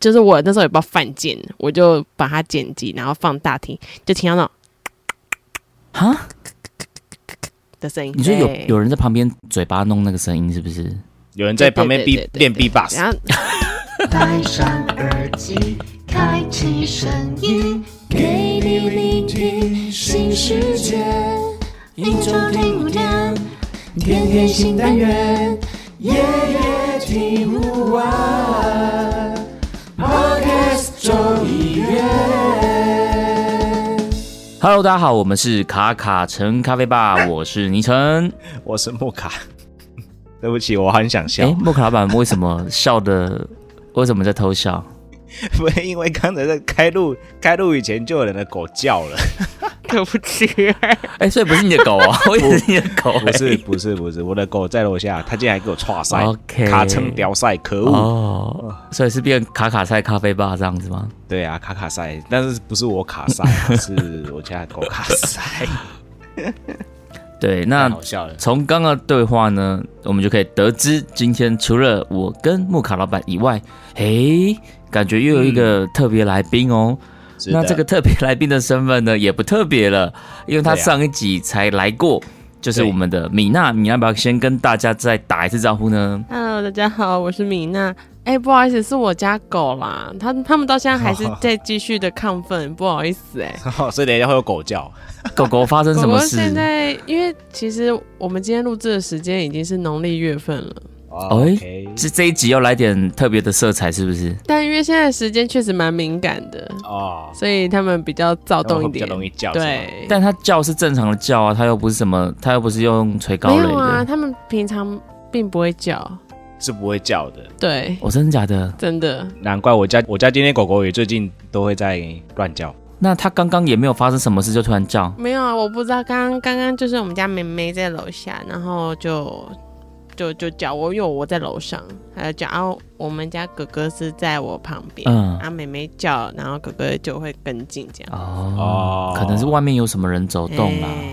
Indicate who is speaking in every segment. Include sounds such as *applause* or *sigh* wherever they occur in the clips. Speaker 1: 就是我那时候也不知道犯贱，我就把它剪辑，然后放大听，就听到那种
Speaker 2: 哈，
Speaker 1: 的声音。
Speaker 2: 你说有
Speaker 1: 对
Speaker 2: 有人在旁边嘴巴弄那个声音是不是？
Speaker 3: 有人在旁边
Speaker 1: 对
Speaker 3: B
Speaker 1: 对对
Speaker 3: 练
Speaker 1: 对
Speaker 3: B box，
Speaker 1: 然后 *laughs*
Speaker 4: 戴上耳机，开启声音，给你聆听新世界。一周听五天，天天新单元，夜夜听不完。Podcast 周一月。
Speaker 2: Hello，大家好，我们是卡卡城咖啡 *laughs* 吧，我是倪晨。
Speaker 3: 我是莫卡。 *laughs* 对不起，我很想
Speaker 2: 哎、
Speaker 3: 笑，
Speaker 2: 莫克老板为什么笑的？为什么在偷笑？
Speaker 3: 不是 *laughs* 因为刚才在开录开录以前就有人的狗叫 *laughs* 了，
Speaker 1: 对不起，
Speaker 2: 哎、所以不是你的狗 *laughs* 啊，我以为是你的狗、
Speaker 3: 不是不是不是，我的狗在楼下，它竟然还给我踹塞
Speaker 2: OK
Speaker 3: 卡称屌塞，可恶！
Speaker 2: 哦，所以是变卡卡塞咖啡吧这样子吗？
Speaker 3: 对啊，卡卡塞，但是不是我卡塞，是我家的狗卡塞， *laughs*
Speaker 2: 对，
Speaker 3: 太
Speaker 2: 那
Speaker 3: 好笑了。
Speaker 2: 从刚刚的对话呢，我们就可以得知，今天除了我跟木卡老板以外，诶，感觉又有一个特别来宾哦。
Speaker 3: 是的
Speaker 2: 那这个特别来宾的身份呢，也不特别了，因为他
Speaker 3: 对啊
Speaker 2: 上一集才来过，就是
Speaker 3: 对
Speaker 2: 我们的米娜。米娜，要不要先跟大家再打一次招呼呢？
Speaker 3: *laughs*
Speaker 1: Hello，大家好，我是米娜。哎、不好意思，是我家狗啦，它它们到现在还是在继续的亢奋，不好意思哎、
Speaker 3: *laughs* 所以等一下会有狗叫，
Speaker 2: 狗狗发生
Speaker 1: 狗
Speaker 2: *laughs* 什
Speaker 1: 狗
Speaker 2: 么事？
Speaker 1: 现在，因为其实我们今天录制的时间已经是农历月份了，
Speaker 3: 哦 OK
Speaker 2: 这这一集要来点特别的色彩，是不
Speaker 3: 嗯
Speaker 2: 是？
Speaker 1: 但因为现在时间确实蛮敏感的，
Speaker 3: 哦，
Speaker 1: 所以它们比较躁
Speaker 3: 它们
Speaker 1: 动
Speaker 3: 会
Speaker 1: 一
Speaker 3: 比
Speaker 1: 点，
Speaker 3: 较容易叫，是吗，
Speaker 1: 对。
Speaker 2: 但它叫是正常的叫啊，它又不是什么，它又不是用锤高
Speaker 1: 没
Speaker 2: 雷
Speaker 1: 有啊，
Speaker 2: 的。
Speaker 1: 它们平常并不会叫，
Speaker 3: 是不会叫的。
Speaker 1: 对，
Speaker 2: 我、哦真的假的？
Speaker 1: 真的。
Speaker 3: 难怪我家我家今天狗狗也最近都会在乱叫，
Speaker 2: 那它刚刚也没有发生什么事，就突然叫。
Speaker 1: 没有啊，我不知道。刚刚刚刚就是我们家妹妹在楼下，然后就就就叫我，因为我在楼上，还有叫啊，我们家哥哥是在我旁边，
Speaker 2: 嗯
Speaker 1: 啊，妹妹叫，然后哥哥就会跟进这样。
Speaker 2: 哦
Speaker 3: 哦，
Speaker 2: 可能是外面有什么人走动啊啦。
Speaker 1: 哎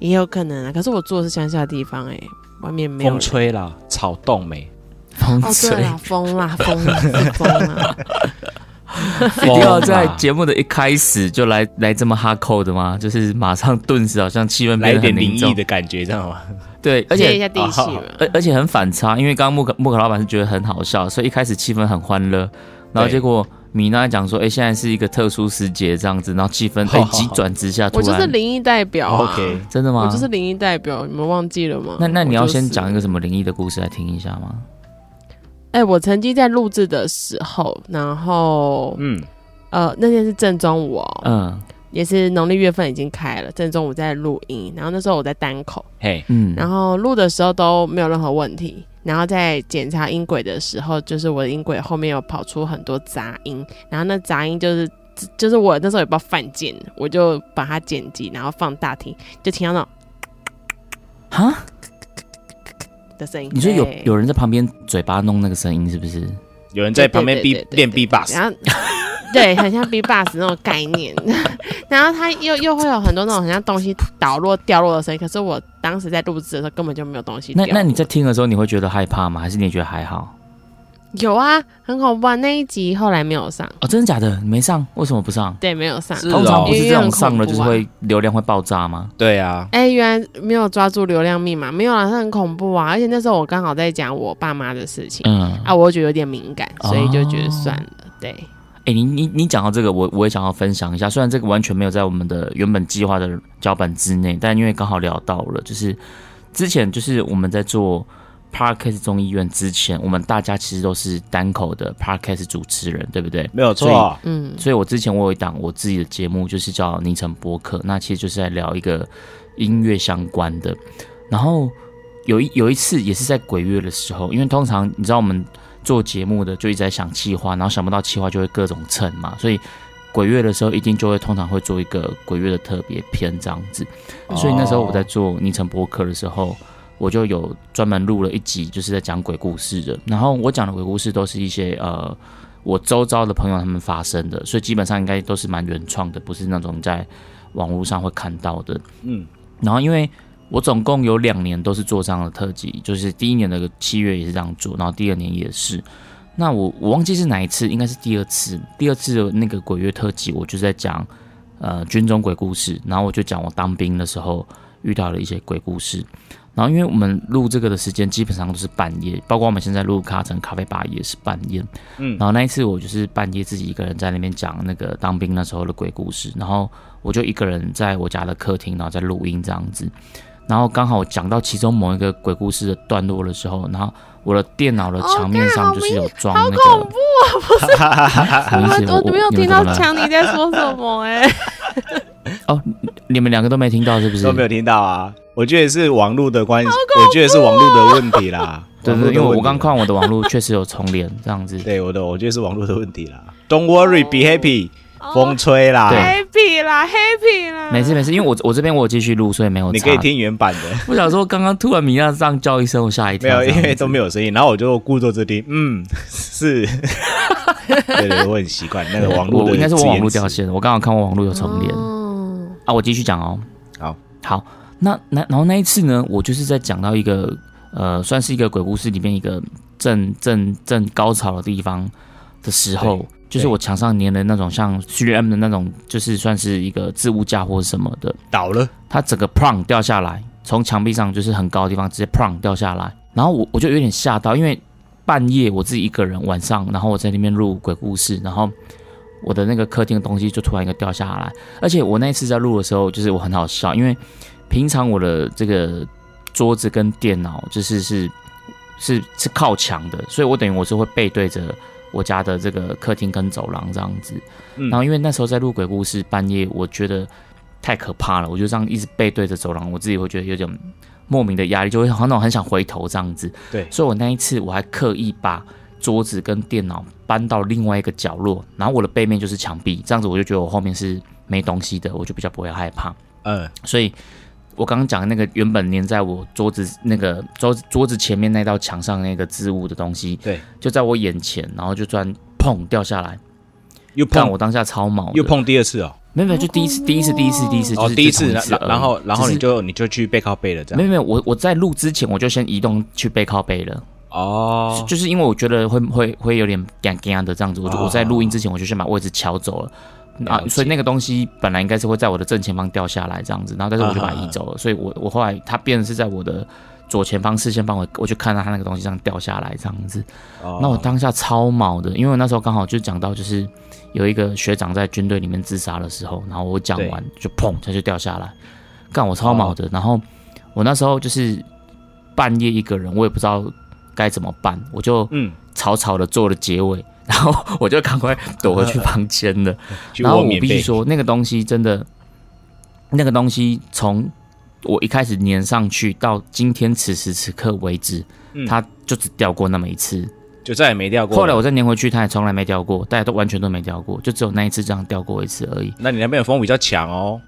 Speaker 1: 也有可能啊。可是我住的是乡下地方、哎，外面没有
Speaker 3: 风
Speaker 1: 人。
Speaker 3: 吹啦，草动没，
Speaker 2: 风
Speaker 1: 哦，对
Speaker 2: 吹，
Speaker 1: 啦，风啦，风啦，是风啊啦。
Speaker 2: *laughs*
Speaker 3: 哦
Speaker 2: 一定要在
Speaker 3: 风啦啊
Speaker 2: 节目的一开始就来来这么哈扣的吗？就是马上顿时好像气氛变
Speaker 3: 来一
Speaker 2: 得
Speaker 3: 点
Speaker 2: 很
Speaker 3: 灵
Speaker 2: 凝
Speaker 3: 异
Speaker 2: 重。
Speaker 3: 的感觉，知道吗？
Speaker 2: 对， *laughs* 而
Speaker 1: 接一
Speaker 2: 且啊
Speaker 1: 下地气
Speaker 3: 哦
Speaker 1: 了。
Speaker 2: 而而且很反差，因为刚刚木可木可老板是觉得很好笑，所以一开始气氛很欢乐，然后
Speaker 3: 对
Speaker 2: 结果米娜讲说，哎、现在是一个特殊时节这样子，然后气氛哎、
Speaker 3: 好好好
Speaker 2: 急转直下，突
Speaker 1: 我
Speaker 2: 然
Speaker 1: 就是灵异代表、
Speaker 2: 哦
Speaker 1: 啊。
Speaker 3: OK
Speaker 2: 真的
Speaker 1: 我
Speaker 2: 吗？
Speaker 1: 就是灵异代表，你们忘记了吗？
Speaker 2: 那那你要先讲一
Speaker 1: 一
Speaker 2: 个什么灵异的故事来听一下吗？
Speaker 1: 哎、我曾经在录制的时候，然后、
Speaker 3: 嗯，
Speaker 1: 呃，那天是正中午哦，
Speaker 2: 嗯
Speaker 1: 也是农历月份已经开了，正中午在录音，然后那时候我在单口，
Speaker 3: 嘿，
Speaker 2: 嗯，
Speaker 1: 然后录的时候都没有任何问题，然后在检查音轨的时候，就是我的音轨后面有跑出很多杂音，然后那杂音就是就是我那时候也不知道犯贱，我就把它剪辑，然后放大听，就听到那种
Speaker 2: 哈，
Speaker 1: 的声音。
Speaker 2: 你说有
Speaker 1: 对
Speaker 2: 有人在旁边嘴巴弄那个声音是不是？
Speaker 3: 有人在旁边
Speaker 1: 对
Speaker 3: B
Speaker 1: 对对对
Speaker 3: 练
Speaker 1: 对
Speaker 3: B box，
Speaker 2: 啊
Speaker 1: 然后对，很像 B bus 那种概念， *laughs* 然后它又又会有很多那种很像东西倒落掉落的声音，可是我当时在录制的时候根本就没有东西掉
Speaker 2: 那
Speaker 1: 落。
Speaker 2: 那你在听的时候，你会觉得害怕吗？还是你也觉得还好？
Speaker 1: 有啊，很恐怖啊！那一集后来没有上，
Speaker 2: 哦，真的假的？你没上？为什么不上？
Speaker 1: 对，没有上。
Speaker 3: 是
Speaker 2: 通常不是
Speaker 1: 因为
Speaker 2: 这种
Speaker 1: 很
Speaker 2: 上了
Speaker 1: 恐怖
Speaker 2: 就是
Speaker 1: 啊
Speaker 2: 会流量会爆炸吗？
Speaker 3: 对啊，
Speaker 1: 哎、原来没有抓住流量密码，没有啦，它很恐怖啊！而且那时候我刚好在讲我爸妈的事情、
Speaker 2: 嗯，
Speaker 1: 啊，我又觉得有点敏感，所以就觉得
Speaker 2: 哦
Speaker 1: 算了。对，
Speaker 2: 哎、你你你讲到这个，我我也想要分享一下。虽然这个完全没有在我们的原本计划的脚本之内，但因为刚好聊到了，就是之前就是我们在做 Parkes 中医院之前，我们大家其实都是单口的 Parkes 主持人，对不对？
Speaker 3: 没有
Speaker 2: 所
Speaker 3: 错，
Speaker 1: 嗯，
Speaker 2: 所以我之前我有一档我自己的节目，就是叫凌晨播客，那其实就是在聊一个音乐相关的。然后有一有一次也是在鬼月的时候，因为通常你知道我们做节目的就一直在想企划，然后想不到企划就会各种蹭嘛，所以鬼月的时候一定就会通常会做一个鬼月的特别篇这样子。所以那时候我在做昵称播客的时候，我就有专门录了一集，就是在讲鬼故事的。然后我讲的鬼故事都是一些呃我周遭的朋友他们发生的，所以基本上应该都是蛮原创的，不是那种在网络上会看到的。
Speaker 3: 嗯，
Speaker 2: 然后因为我总共有两年都是做这样的特辑，就是第一年的七月也是这样做，然后第二年也是。那我我忘记是哪一次，应该是第二次，第二次的那个鬼月特辑，我就在讲呃军中鬼故事，然后我就讲我当兵的时候遇到了一些鬼故事。然后因为我们录这个的时间基本上都是半夜，包括我们现在录卡城咖啡吧也是半夜。
Speaker 3: 嗯
Speaker 2: 然后那一次我就是半夜自己一个人在那边讲那个当兵那时候的鬼故事，然后我就一个人在我家的客厅，然后在录音这样子。然后刚好我讲到其中某一个鬼故事的段落的时候，然后我的电脑的墙面上
Speaker 1: 哦
Speaker 2: 就是有装那个，
Speaker 1: 好恐啊
Speaker 2: 不 *laughs*
Speaker 1: 我
Speaker 2: 是
Speaker 1: 们我没有
Speaker 2: 你们
Speaker 1: 听
Speaker 2: 怎么
Speaker 1: 到
Speaker 2: 了
Speaker 1: 强尼在说什 *laughs* 么哎、
Speaker 2: 你们两个都没听到是不是？
Speaker 3: 都没有听到啊。我觉得是网络的关系，我觉得是网络的问题啦。
Speaker 2: 啊 *laughs* 对
Speaker 3: 网络
Speaker 2: 对，
Speaker 3: 的
Speaker 2: 因为
Speaker 3: 问
Speaker 2: 我
Speaker 3: 题
Speaker 2: 刚
Speaker 3: 啦
Speaker 2: 看我的网络确实有重连这样子。
Speaker 3: 对我的，我觉得是网络的问题啦。Don't worry, be happy，
Speaker 1: 哦
Speaker 3: 风吹啦，
Speaker 1: ，happy 啦，happy 啦，
Speaker 2: 没事没事，因为我我这边我有继续录，所以没有。
Speaker 3: 你可以。听原版的，
Speaker 2: 我想说，刚刚突然米娅这样叫一声，我吓一
Speaker 3: 没
Speaker 2: 跳。
Speaker 3: 有，因
Speaker 2: 这
Speaker 3: 为
Speaker 2: 样子
Speaker 3: 都没有声音，然后我就故作镇定，嗯， *laughs*
Speaker 2: *laughs*
Speaker 3: 是，对对，我很习惯那个网络
Speaker 2: 我
Speaker 3: 的，
Speaker 2: 应该是我网络掉。线，我刚好看我网络有重连。
Speaker 1: 哦
Speaker 2: 啊，我继续讲哦。
Speaker 3: 好，
Speaker 2: 好，那那然后那一次呢，我就是在讲到一个呃，算是一个鬼故事里面一个正正正高潮的地方的时候
Speaker 3: 对，
Speaker 2: 就是
Speaker 3: 对
Speaker 2: 我墙上粘的那种像 3M 的那种，就是算是一个置物架或什么的，
Speaker 3: 倒了，
Speaker 2: 它整个 prong 掉下来，从墙壁上就是很高的地方直接 prong 掉下来，然后我我就有点吓到，因为半夜我自己一个人晚上，然后我在那边录鬼故事，然后我的那个客厅的东西就突然一个掉下来，而且我那一次在录的时候，就是我很好笑，因为平常我的这个桌子跟电脑就是是是是靠墙的，所以我等于我是会背对着我家的这个客厅跟走廊这样子。
Speaker 3: 嗯
Speaker 2: 然后因为那时候在录鬼故事，半夜我觉得太可怕了，我就这样一直背对着走廊，我自己会觉得有点莫名的压力，就会好像那种很想回头这样子。
Speaker 3: 对
Speaker 2: 所以我那一次我还刻意把桌子跟电脑搬到另外一个角落，然后我的背面就是墙壁，这样子我就觉得我后面是没东西的，我就比较不会害怕。
Speaker 3: 嗯，
Speaker 2: 所以我刚刚讲的那个原本粘在我桌子那个桌子桌子前面那道墙上那个置物的东西，
Speaker 3: 对，
Speaker 2: 就在我眼前，然后就突然砰掉下来，
Speaker 3: 又
Speaker 2: 但
Speaker 3: 碰
Speaker 2: 我当下超毛的，
Speaker 3: 又碰第二次哦，
Speaker 2: 没有没有，就第一次第一次第一次第一次，就
Speaker 3: 哦，
Speaker 2: 是
Speaker 3: 第一
Speaker 2: 就同
Speaker 3: 次，然
Speaker 2: 而已
Speaker 3: 然后然后你
Speaker 2: 呃是
Speaker 3: 就你就去背靠背了，这
Speaker 2: 没有
Speaker 3: 样，
Speaker 2: 没有，我我在录之前我就先移动去背靠背了，
Speaker 3: 哦
Speaker 2: 就，就是因为我觉得会会会有点干干的这样子，我就
Speaker 3: 哦
Speaker 2: 我在录音之前我就先把位置敲走了。啊
Speaker 3: 了，解
Speaker 2: 所以那个东西本来应该是会在我的正前方掉下来这样子，然后但是我就把它移
Speaker 3: 啊
Speaker 2: 走了，所以我我后来它变成是在我的左前方视线范围，我就看到它那个东西这样掉下来这样子，
Speaker 3: 哦
Speaker 2: 那我当下超毛的，因为我那时候刚好就讲到，就是有一个学长在军队里面自杀的时候，然后我讲完就砰，他就掉下来，干我
Speaker 3: 哦
Speaker 2: 超毛的。然后我那时候就是半夜一个人，我也不知道该怎么办，我就
Speaker 3: 嗯，
Speaker 2: 草草的做了结尾，然后我就赶快躲回去房间了。
Speaker 3: 嗯去
Speaker 2: 然后
Speaker 3: 握
Speaker 2: 我
Speaker 3: 棉
Speaker 2: 必须
Speaker 3: 被，
Speaker 2: 说，那个东西真的，那个东西从我一开始粘上去到今天此时此刻为止，
Speaker 3: 嗯
Speaker 2: 它就只掉过那么一次。
Speaker 3: 就再也没掉过了。
Speaker 2: 后来我再粘回去，它也从来没掉过，大家都完全都没掉过，就只有那一次这样掉过一次而已。
Speaker 3: 那你那边的风比较强哦，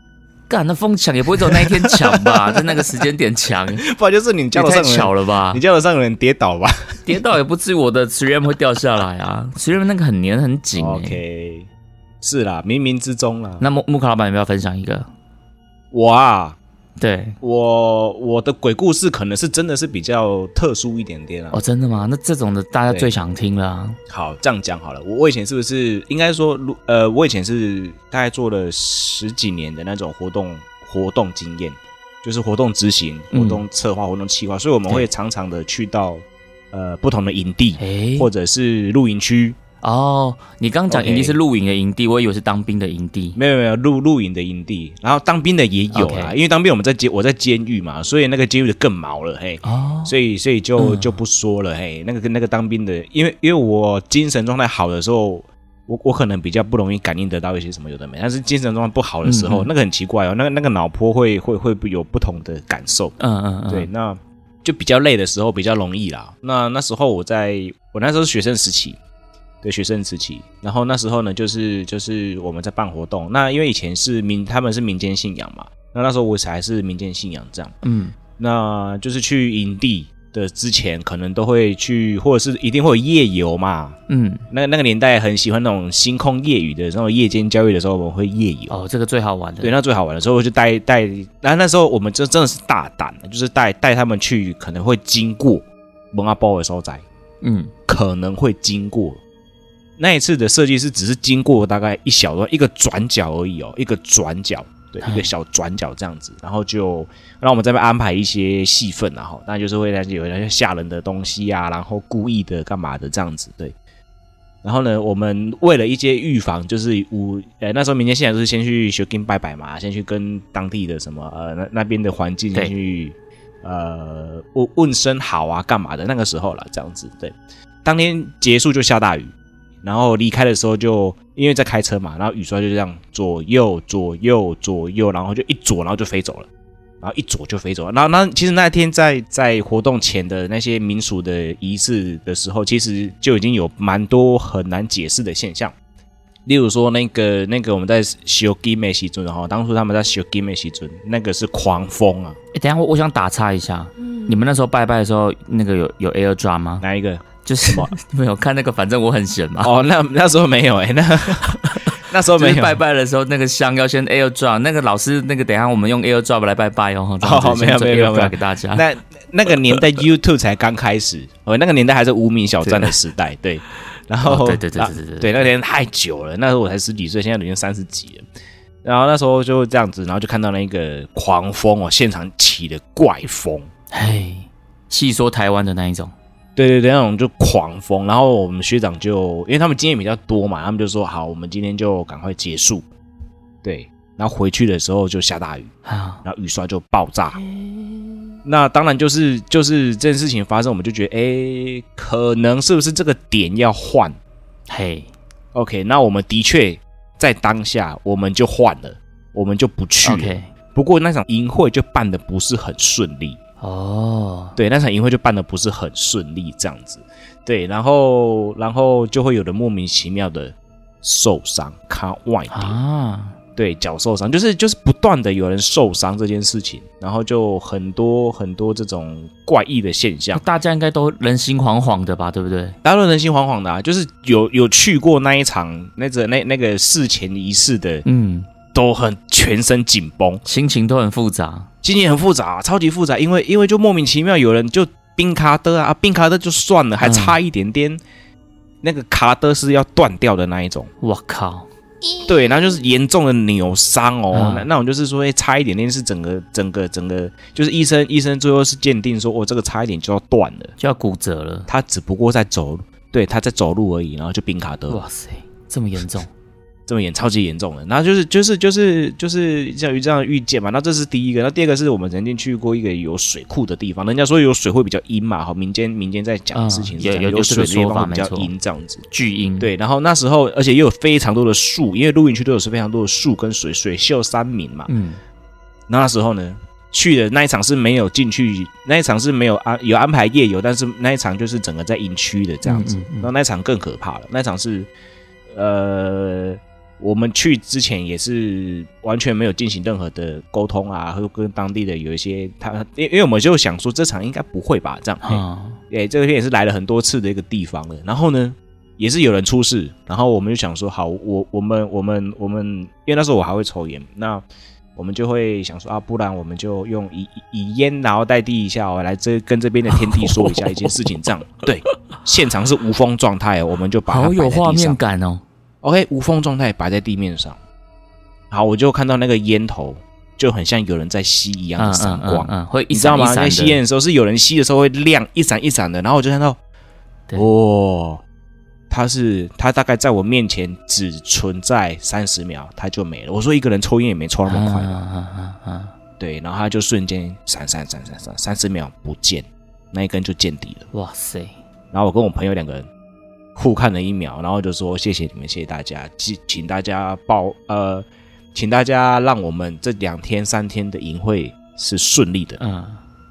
Speaker 2: 干，那风抢也不会只有那一天抢
Speaker 3: *laughs*
Speaker 2: 吧？在那个时间点抢，
Speaker 3: 不然就是你
Speaker 2: 也
Speaker 3: *laughs* 叫得上
Speaker 2: 太
Speaker 3: 有
Speaker 2: 巧
Speaker 3: 人，
Speaker 2: 了吧
Speaker 3: 你？叫得上有人跌倒吧
Speaker 2: 跌倒也不至于我的 s r m 会掉下来啊 s r m 那个很粘很紧、欸。
Speaker 3: ？OK，是 *laughs* 啦，冥冥之中啦。
Speaker 2: 那木木卡老板有没有分享一个？
Speaker 3: 我啊，
Speaker 2: 对，
Speaker 3: 我我的鬼故事可能是真的是比较特殊一点点啊。
Speaker 2: 哦，真的吗？那这种的大家
Speaker 3: 对
Speaker 2: 最想听了、啊。
Speaker 3: 好，这样讲好了。我我以前是不是应该说，如呃，我以前是大概做了十几年的那种活动活动经验，就是活动执行、
Speaker 2: 嗯
Speaker 3: 活动策划、活动企划，所以我们会常常的去到呃不同的营地
Speaker 2: 哎、
Speaker 3: 或者是露营区，
Speaker 2: 哦，你刚刚讲
Speaker 3: OK
Speaker 2: 营地是露营的营地，我以为是当兵的营地。
Speaker 3: 没有没有露露营的营地，然后当兵的也有啦
Speaker 2: OK
Speaker 3: 因为当兵我们在监我在监狱嘛，所以那个监狱的更毛了嘿。
Speaker 2: 哦，
Speaker 3: 所以，所以就
Speaker 2: 嗯
Speaker 3: 就不说了，嘿，那个跟那个当兵的，因为因为我精神状态好的时候，我我可能比较不容易感应得到一些什么有的没，但是精神状态不好的时候，
Speaker 2: 嗯嗯
Speaker 3: 那个很奇怪哦，那个那个脑波会会会有不同的感受，
Speaker 2: 嗯嗯嗯，
Speaker 3: 对，，那就比较累的时候比较容易啦。那那时候我在我那时候是学生时期，对学生时期，然后那时候呢，就是就是我们在办活动，那因为以前是民他们是民间信仰嘛，那那时候我才是民间信仰这样。
Speaker 2: 嗯，
Speaker 3: 那就是去营地的之前，可能都会去，或者是一定会有夜游嘛。
Speaker 2: 嗯，
Speaker 3: 那那个年代很喜欢那种星空夜雨的那种夜间交易的时候，我们会夜游。
Speaker 2: 哦，这个最好玩的。
Speaker 3: 对，那最好玩的时候我就带带，那那时候我们就真的是大胆的，就是带带他们去可能会经过蒙阿波的所在，
Speaker 2: 嗯，
Speaker 3: 可能会经过。那一次的设计师只是经过大概一小段一个转角而已哦，一个转角，对，
Speaker 2: 嗯
Speaker 3: 一个小转角这样子，然后就让我们这边安排一些戏份啊，然后那就是会那些有一些吓人的东西啊，然后故意的干嘛的这样子，对。然后呢，我们为了一些预防，就是五呃那时候民间信仰就是先去学跟拜拜嘛，先去跟当地的什么呃那那边的环境
Speaker 2: 对
Speaker 3: 先去呃问问声好啊干嘛的，那个时候了这样子，对。当天结束就下大雨，然后离开的时候就因为在开车嘛，然后雨刷就这样左右左右左右，然后就一左，然后就飞走了，然后一左就飞走了。然后那其实那天在在活动前的那些民俗的仪式的时候，其实就已经有蛮多很难解释的现象。例如说，那个那个我们在修吉美西尊，然后当初他们在修吉美西尊，那个是狂风啊，
Speaker 2: 诶等一下我我想打岔一下，你们那时候拜拜的时候，那个有有 air drop 吗？
Speaker 3: 哪一个？
Speaker 2: 就是 *laughs* 没有看那个，反正我很闲嘛。
Speaker 3: 哦，那那时候没有哎、那 *laughs* 那时候
Speaker 2: 就
Speaker 3: 没
Speaker 2: 是
Speaker 3: 有
Speaker 2: 拜拜的时候，那个香要先 air drop，那个老师那个等一下我们用 air drop 来拜拜哦。这样子
Speaker 3: 哦没有
Speaker 2: 先做
Speaker 3: 没有没有
Speaker 2: air
Speaker 3: 没有
Speaker 2: drop 给大家。
Speaker 3: 那那个年代 YouTube 才刚开始，哦，那个年代还是无名小站的时代，对。然后、
Speaker 2: 哦对对对
Speaker 3: 啊
Speaker 2: 对对对
Speaker 3: 对，那年太久了，那时候我才十几岁，现在已经三十几了。然后那时候就这样子，然后就看到那个狂风哦，现场起的怪风，
Speaker 2: 嘿，细说台湾的那一种，
Speaker 3: 对对对，那种就狂风。然后我们学长就，因为他们经验比较多嘛，他们就说好，我们今天就赶快结束。对，然后回去的时候就下大雨，
Speaker 2: 啊，
Speaker 3: 然后雨刷就爆炸。那当然就是就是这件事情发生，我们就觉得，哎，可能是不是这个点要换
Speaker 2: 嘿，
Speaker 3: ？OK，那我们的确在当下我们就换了，我们就不去了。
Speaker 2: OK，
Speaker 3: 不过那场营会就办的不是很顺利，
Speaker 2: 哦，
Speaker 3: 对，那场营会就办的不是很顺利，这样子，对，然后然后就会有人莫名其妙的受伤，卡外跌。
Speaker 2: 啊，
Speaker 3: 对脚受伤，就是就是不断的有人受伤这件事情，然后就很多很多这种怪异的现象，
Speaker 2: 大家应该都人心惶惶的吧，对不对？
Speaker 3: 大家都人心惶惶的、啊，就是有有去过那一场那个那那个事前仪式的，
Speaker 2: 嗯，
Speaker 3: 都很全身紧绷，
Speaker 2: 心情都很复杂。
Speaker 3: 心情很复杂、超级复杂，因为因为就莫名其妙有人就冰卡的啊，啊冰卡的就算了，还差一点点。那个卡的是要断掉的那一种，
Speaker 2: 我靠，
Speaker 3: 对，然后就是严重的扭伤哦，
Speaker 2: 嗯
Speaker 3: 那那种就是说，哎、差一点点是整个整个整个，就是医生医生最后是鉴定说，哦，这个差一点就要断了，
Speaker 2: 就要骨折了。
Speaker 3: 他只不过在走，对，他在走路而已，然后就冰卡德
Speaker 2: 哇塞，这么严重？
Speaker 3: 这么严，超级严重的。然后就是就是就是就是像于这样的遇见嘛，那这是第一个，那第二个是我们曾经去过一个有水库的地方，人家说有水会比较阴嘛，好，民间民间在讲的事情
Speaker 2: 嗯
Speaker 3: 是这样、
Speaker 2: 有有
Speaker 3: 有水的地方会比
Speaker 2: 有
Speaker 3: 较
Speaker 2: 这个说法没错嗯
Speaker 3: 阴这样子。
Speaker 2: 巨婴，，
Speaker 3: 对，然后那时候，而且也有非常多的树，因为露营区都有非常多的树跟水，水秀山明嘛，
Speaker 2: 嗯，
Speaker 3: 然后那时候呢，去的那一场是没有进去，那一场是没有安有安排夜游，但是那一场就是整个在营区的这样子。
Speaker 2: 嗯嗯嗯
Speaker 3: 然后那一场更可怕了，那一场是呃，我们去之前也是完全没有进行任何的沟通啊，或者跟当地的有一些他，因因为我们就想说这场应该不会吧，这样。嘿
Speaker 2: 啊，
Speaker 3: 哎、这边也是来了很多次的一个地方了。然后呢，也是有人出事，然后我们就想说，好，我我们我们我们，因为那时候我还会抽烟，那我们就会想说啊，不然我们就用以以以烟然后代替一下、哦，来这跟这边的天地说一下一件事情，这样对。现场是无风状态哦，我们就把它
Speaker 2: 好有
Speaker 3: 摆在地
Speaker 2: 画面
Speaker 3: 上
Speaker 2: 感哦。
Speaker 3: OK，无风状态摆在地面上。好，我就看到那个烟头就很像有人在吸一样
Speaker 2: 嗯
Speaker 3: 的闪
Speaker 2: 嗯
Speaker 3: 光。
Speaker 2: 嗯嗯，会一
Speaker 3: 你知道
Speaker 2: 闪一
Speaker 3: 吗？
Speaker 2: 闪
Speaker 3: 在
Speaker 2: 的。
Speaker 3: 吸烟的时候，是有人吸的时候会亮一闪一闪的，然后我就看到，
Speaker 2: 对
Speaker 3: 哦，它是它大概在我面前只存在三十秒，它就没了。我说一个人抽烟也没抽那么快吧？
Speaker 2: 啊啊啊！
Speaker 3: 对，然后它就瞬间闪闪闪闪闪，三十秒不见，那一根就见底了。
Speaker 2: 哇塞，
Speaker 3: 然后我跟我朋友两个人互看了一秒，然后就说谢谢你们，谢谢大家，请请大家报呃，请大家让我们这两天三天的营会是顺利的。
Speaker 2: 嗯，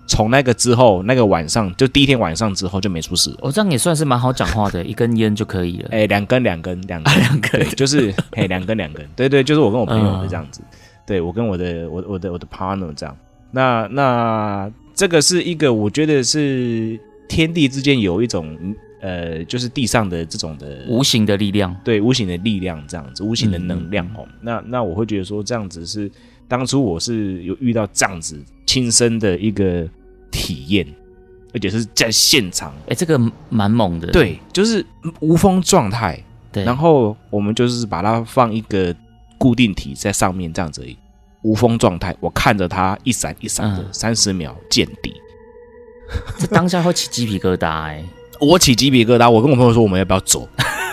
Speaker 3: 从那个之后，那个晚上就第一天晚上之后就没出事了。
Speaker 2: 我这样也算是蛮好讲话的，一根烟就可以了。
Speaker 3: 哎，两根两根两根两根，对，就是哎两根两根，对对，就是我跟我朋友的这样子，对我跟我的我我的我的 partner 这样。那那这个是一个我觉得是天地之间有一种呃，就是地上的这种的
Speaker 2: 无形的力量，
Speaker 3: 对无形的力量这样子，无形的能量哦。那那我会觉得说，这样子是当初我是有遇到这样子亲身的一个体验，而且是在现场，
Speaker 2: 哎、这个蛮猛的。
Speaker 3: 对，就是无风状态。
Speaker 2: 对，
Speaker 3: 然后我们就是把它放一个固定体在上面，这样子而已，无风状态。我看着它一闪一闪的，
Speaker 2: 嗯
Speaker 3: 三十、秒见底。
Speaker 2: 这当下会起鸡皮疙瘩、
Speaker 3: *laughs*
Speaker 2: 哎，
Speaker 3: 我起鸡皮疙瘩，我跟我朋友说我们要不要走， *laughs*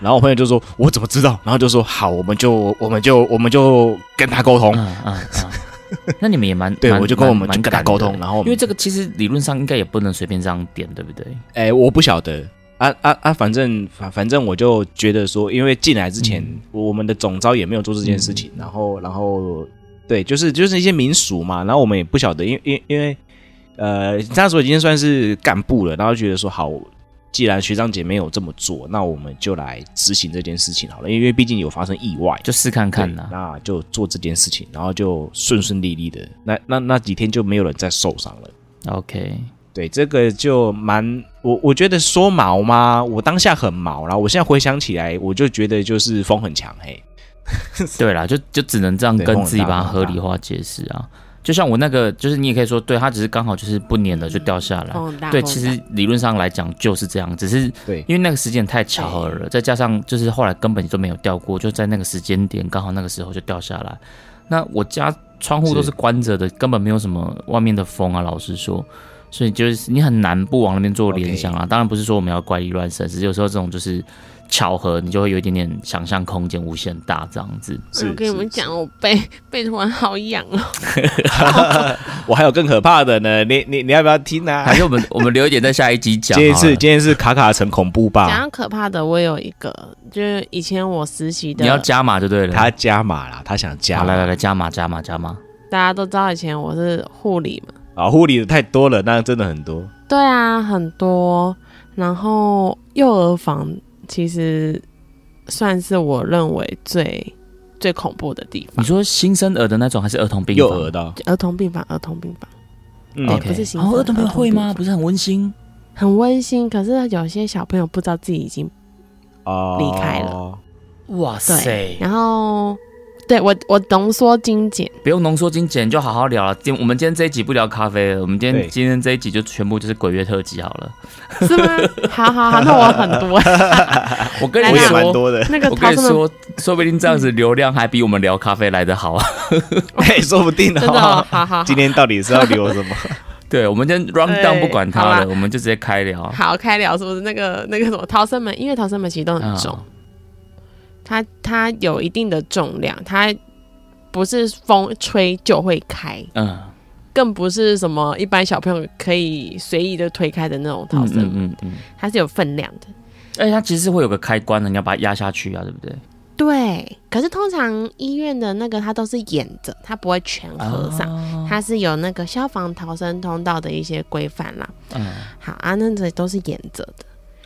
Speaker 3: 然后我朋友就说我怎么知道，然后就说好，我们就我们就我们就跟他沟通，
Speaker 2: 嗯嗯嗯，那你们也蛮
Speaker 3: 对
Speaker 2: 蛮
Speaker 3: 我就跟我们
Speaker 2: 蛮
Speaker 3: 就跟他
Speaker 2: 蛮敢的
Speaker 3: 沟通，然后我
Speaker 2: 因
Speaker 3: 们
Speaker 2: 为这个其实理论上应该也不能随便这样点，对不对？
Speaker 3: 哎、我不晓得啊啊啊，反正反反正我就觉得说，因为进来之前、
Speaker 2: 嗯
Speaker 3: 我们的总招也没有做这件事情，然后然后对，就是就是一些民俗嘛，然后我们也不晓得，因因因为呃那时候已经算是干部了，然后觉得说好。既然学长姐没有这么做，那我们就来执行这件事情好了，因为毕竟有发生意外，
Speaker 2: 就试看看呐、
Speaker 3: 对那就做这件事情，然后就顺顺利利的，那那那几天就没有人再受伤了。
Speaker 2: OK，
Speaker 3: 对，这个就蛮我我觉得说毛吗？我当下很毛啦，我现在回想起来，我就觉得就是风很强嘿。
Speaker 2: 对啦，就就只能这样
Speaker 3: 对
Speaker 2: 跟自己
Speaker 3: 风很
Speaker 2: 把
Speaker 3: 大
Speaker 2: 它合理化解释啊。就像我那个，就是你也可以说，对，它只是刚好就是不粘了就掉下来。
Speaker 1: 风很大。
Speaker 2: 对，
Speaker 1: 风
Speaker 2: 其
Speaker 1: 很
Speaker 2: 实理论上来讲就是这样，只是
Speaker 3: 对
Speaker 2: 因为那个时间太巧合了，再加上就是后来根本就没有掉过，就在那个时间点刚好那个时候就掉下来。那我家窗户都是
Speaker 3: 是
Speaker 2: 关着的，根本没有什么外面的风啊，老实说，所以就是你很难不往那边做联想啊。当然不是说我们要怪力乱神，只是有时候这种就是巧合，你就会有一点点想象空间无限大这样子。
Speaker 1: 大嗯我跟你们讲，我背背突然好痒哦。
Speaker 3: 我还有更可怕的呢，你你你要不要听
Speaker 2: *laughs*
Speaker 3: 啊
Speaker 2: 还？是我们我们留一点在下一集讲好
Speaker 3: 今
Speaker 2: 了。
Speaker 3: 天是今天是卡卡城恐怖
Speaker 1: 讲
Speaker 2: 啊
Speaker 3: 吧？
Speaker 1: 到可怕的，我有一个，就是以前我实习的，
Speaker 2: 你要加码就对了。
Speaker 3: 他加码啦，他想加
Speaker 2: 好，
Speaker 3: 码
Speaker 2: 来来来，加码加码加码。
Speaker 1: 大家都知道以前我是护理嘛，
Speaker 3: 啊，护理的太多了，那真的很多。
Speaker 1: 对啊，很多。然后幼儿房其实算是我认为最最恐怖的地
Speaker 2: 你
Speaker 1: 方，
Speaker 2: 说新生儿的那种还是儿童病
Speaker 3: 幼
Speaker 2: 房
Speaker 3: 儿的哦，
Speaker 1: 儿童病房，儿童病房，
Speaker 3: 嗯
Speaker 1: 对
Speaker 2: OK
Speaker 1: 哎不是新
Speaker 2: 然后
Speaker 1: 生
Speaker 2: 儿童朋友会
Speaker 1: 儿
Speaker 2: 吗？
Speaker 1: 童
Speaker 2: 不是很温馨？
Speaker 1: 很温馨。可是有些小朋友不知道自己已经
Speaker 3: 哦
Speaker 1: 离开了。
Speaker 2: 哇
Speaker 1: 对，，然后对我我浓缩精简，
Speaker 2: 不用浓缩精简，就好好聊了。今我们今天这一集不聊咖啡了，我们今
Speaker 3: 对
Speaker 2: 天今天这一集就全部就是鬼月特辑好了。
Speaker 1: 是 *laughs* 吗？好好好，那我很多
Speaker 2: 我跟
Speaker 1: 来
Speaker 2: 你
Speaker 3: 我也
Speaker 1: 啦
Speaker 3: 蛮
Speaker 2: 说，
Speaker 3: 多的，
Speaker 1: *laughs* 那个
Speaker 2: 我
Speaker 1: 逃
Speaker 2: 跟你
Speaker 1: 生门
Speaker 2: 说，说不定这样子流量还比我们聊咖啡来得好啊。 *laughs*
Speaker 3: 嘿，说不定
Speaker 1: 真的哦
Speaker 3: 哦。
Speaker 1: 好好好
Speaker 3: 今天到底是要留什
Speaker 1: *laughs*
Speaker 3: 么？
Speaker 2: 对，我们今天 round
Speaker 1: 对
Speaker 2: down 不管
Speaker 1: 好
Speaker 2: 它
Speaker 1: 啦
Speaker 2: 了，我们就直接开聊。
Speaker 1: 好开聊是不是？那个那个什么逃生门，因为逃生门其实都很重，
Speaker 2: 嗯
Speaker 1: 它它有一定的重量，它不是风吹就会开，
Speaker 2: 嗯
Speaker 1: 更不是什么一般小朋友可以随意的推开的那种逃
Speaker 2: 嗯
Speaker 1: 生
Speaker 2: 嗯
Speaker 1: 门，
Speaker 2: 嗯嗯，
Speaker 1: 它是有分量的。
Speaker 2: 而且它其实会有个开关的，你要把它压下去啊，对不对？
Speaker 1: 对，可是通常医院的那个它都是掩着，它不会全合上。
Speaker 2: 啊
Speaker 1: 它是有那个消防逃生通道的一些规范啦。
Speaker 2: 嗯
Speaker 1: 好啊，那这都是沿着的。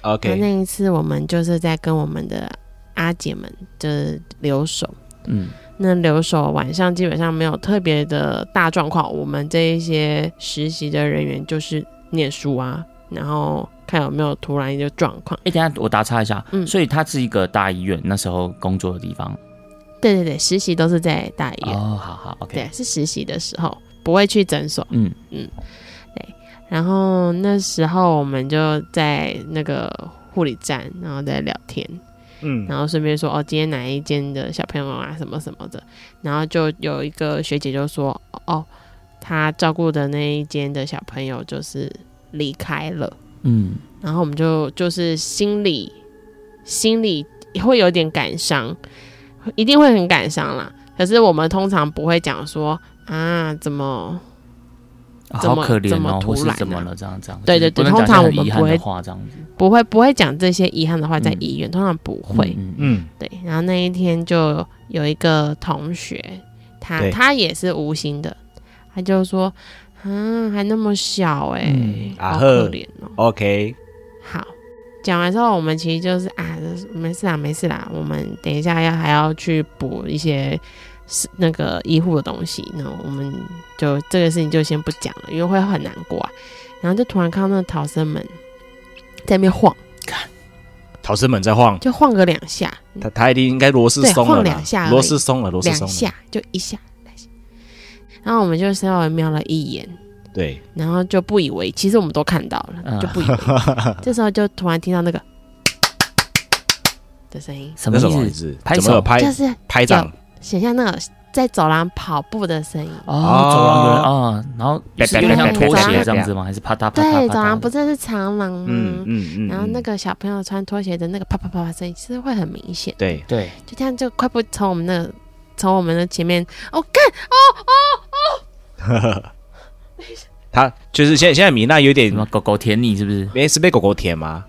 Speaker 1: 那
Speaker 3: OK，
Speaker 1: 那一次我们就是在跟我们的阿姐们就是留守，
Speaker 2: 嗯，
Speaker 1: 那留守晚上基本上没有特别的大状况，我们这一些实习的人员就是念书啊，然后看有没有突然一个状况。
Speaker 2: 哎，等一下我打岔一下，
Speaker 1: 嗯
Speaker 2: 所以它是一个大医院，那时候工作的地方。
Speaker 1: 对对对，实习都是在大医院，
Speaker 2: 哦，好好，OK。
Speaker 1: 对，是实习的时候不会去诊所。
Speaker 2: 嗯，
Speaker 1: 然后那时候我们就在那个护理站，然后在聊天，
Speaker 3: 嗯，
Speaker 1: 然后顺便说哦，今天哪一间的小朋友啊，什么什么的。然后就有一个学姐就说哦，她照顾的那一间的小朋友就是离开了。
Speaker 2: 嗯，
Speaker 1: 然后我们就就是心里心里会有点感伤，一定会很感伤啦。可是我们通常不会讲说啊，怎么怎
Speaker 2: 好
Speaker 1: 么
Speaker 2: 可怜
Speaker 1: 怎么
Speaker 2: 哦，
Speaker 1: 突
Speaker 2: 或是
Speaker 1: 然
Speaker 2: 怎么
Speaker 1: 啊
Speaker 2: 了这样这样。
Speaker 1: 对
Speaker 2: 就是
Speaker 1: 对对
Speaker 2: 不能
Speaker 1: 通
Speaker 2: 讲
Speaker 1: 常
Speaker 2: 一些很
Speaker 1: 我们
Speaker 2: 遗
Speaker 1: 不
Speaker 2: 憾的
Speaker 1: 会
Speaker 2: 话这样子。
Speaker 1: 不会不会讲这些遗憾的话在
Speaker 2: 嗯
Speaker 1: 医院，通常不会。
Speaker 2: 嗯，嗯
Speaker 3: 嗯
Speaker 1: 对，然后那一天就有一个同学，他
Speaker 3: 对
Speaker 1: 他也是无心的，他就说啊，还那么小哎、
Speaker 2: 嗯
Speaker 3: 啊
Speaker 1: 好
Speaker 3: 呵
Speaker 1: 可怜哦。
Speaker 3: ，OK，
Speaker 1: 好，讲完之后，我们其实就是啊，没事啦，没事啦，我们等一下要还要去补一些是那个医护的东西，那我们就这个事情就先不讲了，因为会很难过啊。然后就突然看到那个逃生门在那边晃，
Speaker 3: 逃生门在晃，
Speaker 1: 就晃个两下，
Speaker 3: 他他一定应该螺丝
Speaker 1: 对
Speaker 3: 松
Speaker 1: 晃
Speaker 3: 了啦，
Speaker 1: 两下而已
Speaker 3: 螺丝松了，螺丝
Speaker 1: 两
Speaker 3: 松了。
Speaker 1: 下就一下，两下然后我们就稍微瞄了一眼，
Speaker 3: 对，
Speaker 1: 然后就不以为，其实我们都看到了，
Speaker 2: 嗯
Speaker 1: 就不以为。这时候就突然听到那个的声音，
Speaker 2: 什么
Speaker 3: 那什么
Speaker 2: 意
Speaker 3: 意
Speaker 2: 思？
Speaker 3: 思？
Speaker 2: *laughs* 拍
Speaker 3: 怎么有
Speaker 2: 手
Speaker 3: 拍
Speaker 1: 就是
Speaker 3: 拍掌？
Speaker 1: 想象那个在走廊跑步的声音。
Speaker 2: 哦，走廊有人啊，然后是有点像拖鞋这样子吗？还是啪嗒啪嗒？
Speaker 1: 对，走廊不
Speaker 2: 是
Speaker 1: 是是长廊吗？
Speaker 3: 嗯嗯嗯，
Speaker 1: 然后那
Speaker 3: 嗯
Speaker 1: 个小朋友穿拖鞋的那个啪啪啪啪声音，其实会很明显，
Speaker 3: 对
Speaker 2: 对，
Speaker 1: 就这样就快步从我们那个从我们的前面，哦，干
Speaker 3: 他就是现在现在米娜有点
Speaker 2: 什么狗狗舔你是不是？
Speaker 3: 诶，是被狗狗舔吗？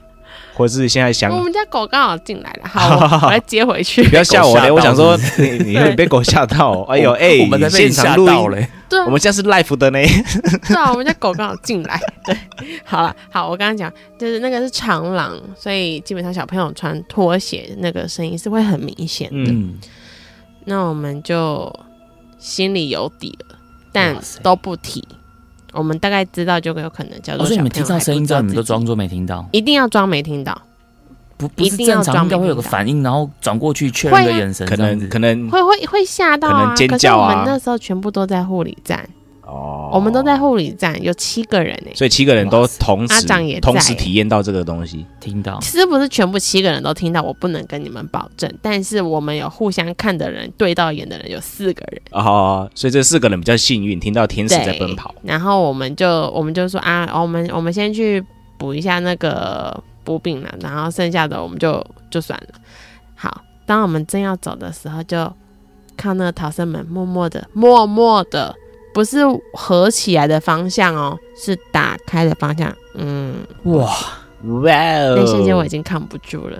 Speaker 3: 或者是现在想
Speaker 1: 我们家狗刚好进来了，好，我我来接回去。
Speaker 3: 不要吓我嘞！
Speaker 2: 被狗吓到
Speaker 3: 我想说你
Speaker 2: *laughs*
Speaker 3: 你会被狗吓到哦，哎呦哎，
Speaker 2: 我们在被
Speaker 3: 现
Speaker 2: 你
Speaker 3: 场
Speaker 2: 吓
Speaker 3: 录
Speaker 2: 到
Speaker 3: 音，
Speaker 2: 嘞，
Speaker 1: 对啊
Speaker 3: 我，们现在是 live 的呢。
Speaker 1: *laughs* 对啊，我们家狗刚好进来。 *laughs* 对，好了，好，我刚刚讲就是那个是长廊，所以基本上小朋友穿拖鞋那个声音是会很明显。
Speaker 3: 嗯，
Speaker 2: 嗯，
Speaker 1: 那我们就心里有底了，但
Speaker 2: 哇塞
Speaker 1: 都不提。我们大概知道就有可能叫
Speaker 2: 我
Speaker 1: 做
Speaker 2: 说
Speaker 1: 小
Speaker 2: 哦
Speaker 1: 朋友
Speaker 2: 你们听到声音之后，
Speaker 1: 还
Speaker 2: 你
Speaker 1: 不知道自己
Speaker 2: 们都装作没听到，
Speaker 1: 一定要装没听到，
Speaker 2: 不不是正常应该会有个反应，然后转过去确认个眼神，
Speaker 3: 可能可
Speaker 2: 嗯
Speaker 3: 能
Speaker 1: 会会会吓到
Speaker 3: 可
Speaker 1: 啊！
Speaker 3: 能尖叫啊
Speaker 1: 可是我们那时候全部都在护理站，
Speaker 3: 哦
Speaker 1: 我们都在，护理站，有七个人哎、
Speaker 3: 所以七个人都同
Speaker 1: 阿
Speaker 3: 时
Speaker 1: 长也在
Speaker 3: 同时体验到这个东西。
Speaker 2: 听到
Speaker 1: 其实不是全部七个人都听到，我不能跟你们保证，但是我们有互相看的人，对到眼的人有四个人，
Speaker 3: 哦，所以这四个人比较幸运，听到天使在
Speaker 1: 对
Speaker 3: 奔跑。
Speaker 1: 然后我们就我们就说啊，我们我们先去补一下那个补饼了，然后剩下的我们就就算了。好，当我们正要走的时候，就看那个逃生门默默的、默默的，不是合起来的方向哦，是打开的方向。嗯，
Speaker 2: 哇，
Speaker 3: 哇
Speaker 1: 那瞬间我
Speaker 3: 哦
Speaker 1: 已！经扛不住了，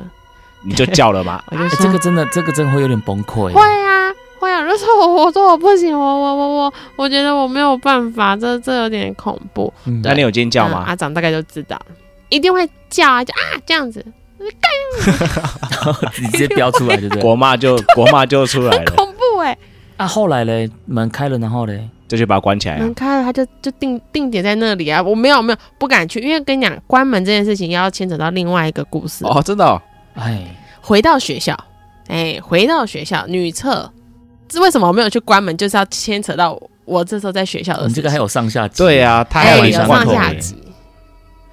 Speaker 3: 你就叫了
Speaker 1: *laughs*
Speaker 3: 吗？
Speaker 1: 我就说、
Speaker 2: 这个真的这个真的会有点崩溃，
Speaker 1: 会啊，会啊。如果我我说我不行，我我我我，我觉得我没有办法，这这有点恐怖。
Speaker 2: 嗯
Speaker 3: 那你有尖叫
Speaker 1: 嗯
Speaker 3: 吗？
Speaker 1: 阿长大概就知道了，一定会叫啊，就啊这样子，
Speaker 2: 直接飙出来对不对？
Speaker 3: *laughs* 国骂就国骂就出
Speaker 1: *laughs*
Speaker 3: 来了，
Speaker 1: 恐怖哎、
Speaker 2: 啊，后来嘞，门开了，然后嘞，
Speaker 3: 这就把它关起来啊
Speaker 1: 门。开了，他就就定定点在那里啊。我没有没有不敢去，因为跟你讲，关门这件事情要牵扯到另外一个故事。
Speaker 3: 哦，真的哦，
Speaker 2: 哎，
Speaker 1: 回到学校，哎、回到学校女厕，这为什么我没有去关门，就是要牵扯到我我这时候在学校
Speaker 2: 我
Speaker 1: 的
Speaker 2: 们
Speaker 1: 事
Speaker 2: 这
Speaker 1: 情。
Speaker 2: 个还有上下集，
Speaker 3: 对啊，他还
Speaker 1: 哎、
Speaker 2: 有
Speaker 1: 有
Speaker 2: 一下
Speaker 3: 想
Speaker 2: 万
Speaker 1: 上
Speaker 2: 口
Speaker 1: 下
Speaker 2: 欸
Speaker 1: 集，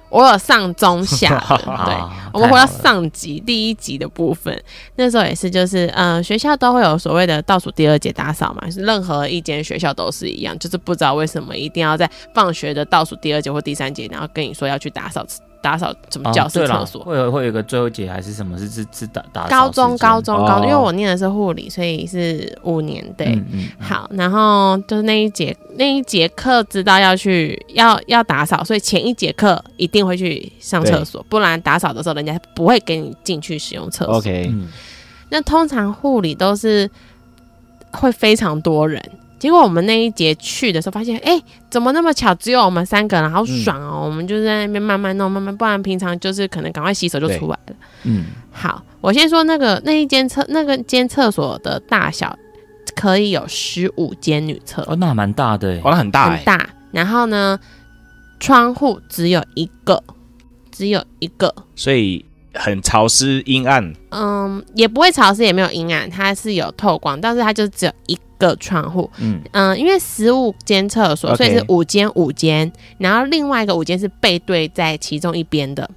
Speaker 1: 我有上中下的，对。
Speaker 2: 啊，
Speaker 1: 我们回到
Speaker 2: 太好了
Speaker 1: 上集第一集的部分，那时候也是就是，嗯、学校都会有所谓的倒数第二节打扫嘛，任何一间学校都是一样，就是不知道为什么一定要在放学的倒数第二节或第三节，然后跟你说要去打扫打扫什么
Speaker 2: 啊
Speaker 1: 教室、
Speaker 2: 对啦
Speaker 1: 厕所。
Speaker 2: 会有会有一个最后一节还是什么？是是是打打
Speaker 1: 高中高
Speaker 2: 中，
Speaker 1: 中高中，因为
Speaker 3: 哦
Speaker 1: 我念的是护理，所以是五年对。
Speaker 2: 嗯嗯，嗯
Speaker 1: 好，然后就是那一节那一节课知道要去要要打扫，所以前一节课一定会去上厕所，不然打扫的时候人家不会给你进去使用厕所。
Speaker 3: OK，
Speaker 2: 嗯，
Speaker 1: 那通常护理都是会非常多人。结果我们那一节去的时候，发现哎，怎么那么巧，只有我们三个人，好
Speaker 3: 嗯
Speaker 1: 爽哦！我们就在那边慢慢弄，慢慢，不然平常就是可能赶快洗手就
Speaker 3: 对
Speaker 1: 出来了。
Speaker 2: 嗯，
Speaker 1: 好，我先说那个那一间厕那个间厕所的大小，可以有十五间女厕，
Speaker 2: 哦，那还蛮大的欸，
Speaker 3: 哦，那很大
Speaker 1: 很
Speaker 3: 哎，
Speaker 1: 大。然后呢，窗户只有一个，只有一个。
Speaker 3: 所以很潮湿阴暗。
Speaker 1: 嗯，也不会潮湿，也没有阴暗，它是有透光，但是它就只有一个窗户。
Speaker 2: 嗯，
Speaker 1: 嗯，因为十五间厕所，
Speaker 3: OK
Speaker 1: 所以是五间五间，然后另外一个五间是背对在其中一边的。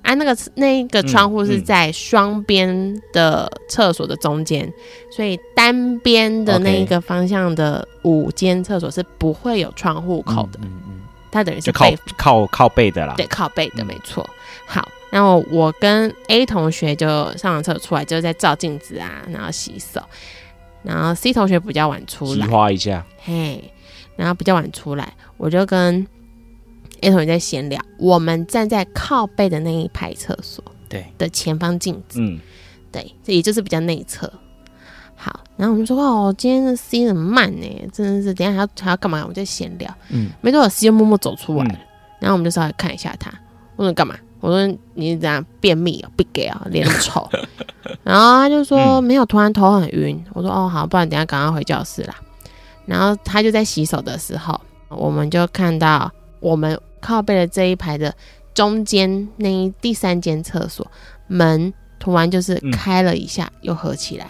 Speaker 1: 啊，那个那一个窗户是在双边的厕所的中间，所以单边的
Speaker 3: OK
Speaker 1: 那一个方向的五间厕所是不会有窗户口的，
Speaker 2: 嗯嗯
Speaker 1: 它等于是
Speaker 3: 就靠
Speaker 1: 背
Speaker 3: 靠靠背的啦。
Speaker 1: 对，靠背的，
Speaker 2: 嗯
Speaker 1: 没错。好，然后我跟 A 同学就上完厕所出来，就在照镜子啊，然后洗手。然后 C 同学比较晚出
Speaker 3: 激
Speaker 1: 来，
Speaker 3: 化一下，
Speaker 1: 嘿，然后比较晚出来，我就跟 A 同学在闲聊。我们站在靠背的那一排厕所
Speaker 2: 嗯，对，
Speaker 1: 的前方镜子，
Speaker 3: 嗯，
Speaker 1: 对，这也就是比较内侧。好，然后我们说，哦，今天的 C 很慢呢，真的是，等一下还要还要干嘛？我们就闲聊，
Speaker 2: 嗯，
Speaker 1: 没多久 C 就默默走出来了，
Speaker 3: 嗯
Speaker 1: 然后我们就稍微看一下他，我说你干嘛？我说你是怎样便秘哦，不给啊，脸很丑。然后他就说、没有，突然头很晕。我说哦好，不然等一下赶快回教室啦。然后他就在洗手的时候，我们就看到我们靠背的这一排的中间那一第三间厕所门突然就是
Speaker 3: 嗯
Speaker 1: 开了一下，又合起来。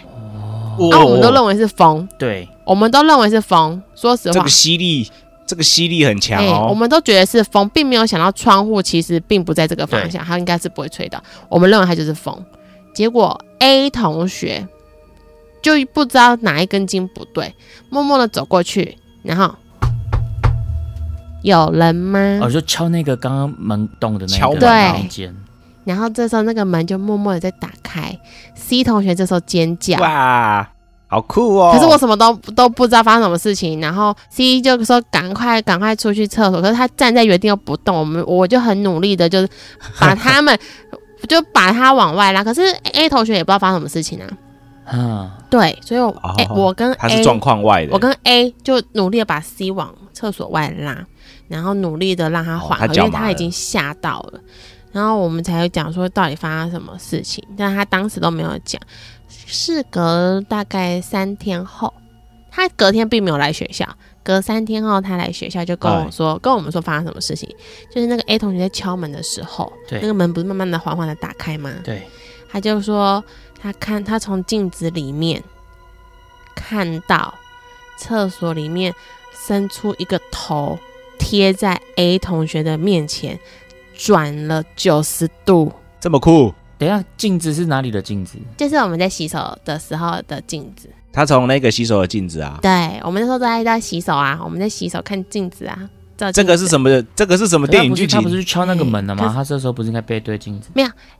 Speaker 3: 哦
Speaker 1: 啊，我们都认为是风，
Speaker 2: 对，
Speaker 1: 我们都认为是风。说实
Speaker 3: 这
Speaker 1: 话
Speaker 3: 个，吸力这个吸力很强
Speaker 1: 哎、
Speaker 3: 哦。
Speaker 1: 我们都觉得是风，并没有想到窗户其实并不在这个方向，它应该是不会吹到。我们认为它就是风，结果 A 同学就不知道哪一根筋不对，默默的走过去，然后有人吗？
Speaker 2: 哦，就敲那个刚刚门洞的那
Speaker 3: 敲
Speaker 2: 个
Speaker 3: 门
Speaker 2: 那
Speaker 1: 对
Speaker 2: 一间，
Speaker 1: 然后这时候那个门就默默的在打开，C 同学这时候尖叫。
Speaker 3: 哇，好酷哦！
Speaker 1: 可是我什么都都不知道发生什么事情，然后 C E 就说赶快赶快出去厕所，可是他站在原地又不动，我们我就很努力的，就是把他们 *laughs* 就把他往外拉，可是 A 同学也不知道发生什么事情啊，
Speaker 2: 嗯，
Speaker 1: 对，所以我、
Speaker 3: 哦
Speaker 1: A- 我跟
Speaker 3: 他是
Speaker 1: A
Speaker 3: 状况外的，
Speaker 1: 哎我跟 A 就努力的把 C 往厕所外拉，然后努力的让他缓
Speaker 3: 哦他
Speaker 1: 和，因
Speaker 3: 脚
Speaker 1: 为
Speaker 3: 麻
Speaker 1: 他已
Speaker 3: 了
Speaker 1: 经吓到了。然后我们才会讲说到底发生什么事情，但他当时都没有讲。事隔大概三天后，他隔天并没有来学校，隔三天后他来学校就跟我
Speaker 3: 哎
Speaker 1: 说，跟我们说发生什么事情，就是那个 A 同学在敲门的时候，
Speaker 2: 对
Speaker 1: 那个门不是慢慢的缓缓的打开吗？
Speaker 2: 对，
Speaker 1: 他就说他看他从镜子里面看到厕所里面伸出一个头贴在 A 同学的面前，转了九十度，
Speaker 3: 这么酷。
Speaker 2: 等一下镜子是哪里的镜子？
Speaker 1: 就是我们在洗手的时候的镜子。
Speaker 3: 他从那个洗手的镜子啊，
Speaker 1: 对，我们那时候都在在洗手啊，我们在洗手看镜子啊。照
Speaker 3: 这
Speaker 1: 镜
Speaker 3: 个
Speaker 1: 子
Speaker 3: 是什么？这个是什么哦电影剧
Speaker 2: 他不是他不
Speaker 3: 情？
Speaker 2: 是去敲那个门了
Speaker 1: 哎可
Speaker 2: 吗？
Speaker 1: 是
Speaker 2: 他这时候不是应该背对镜子？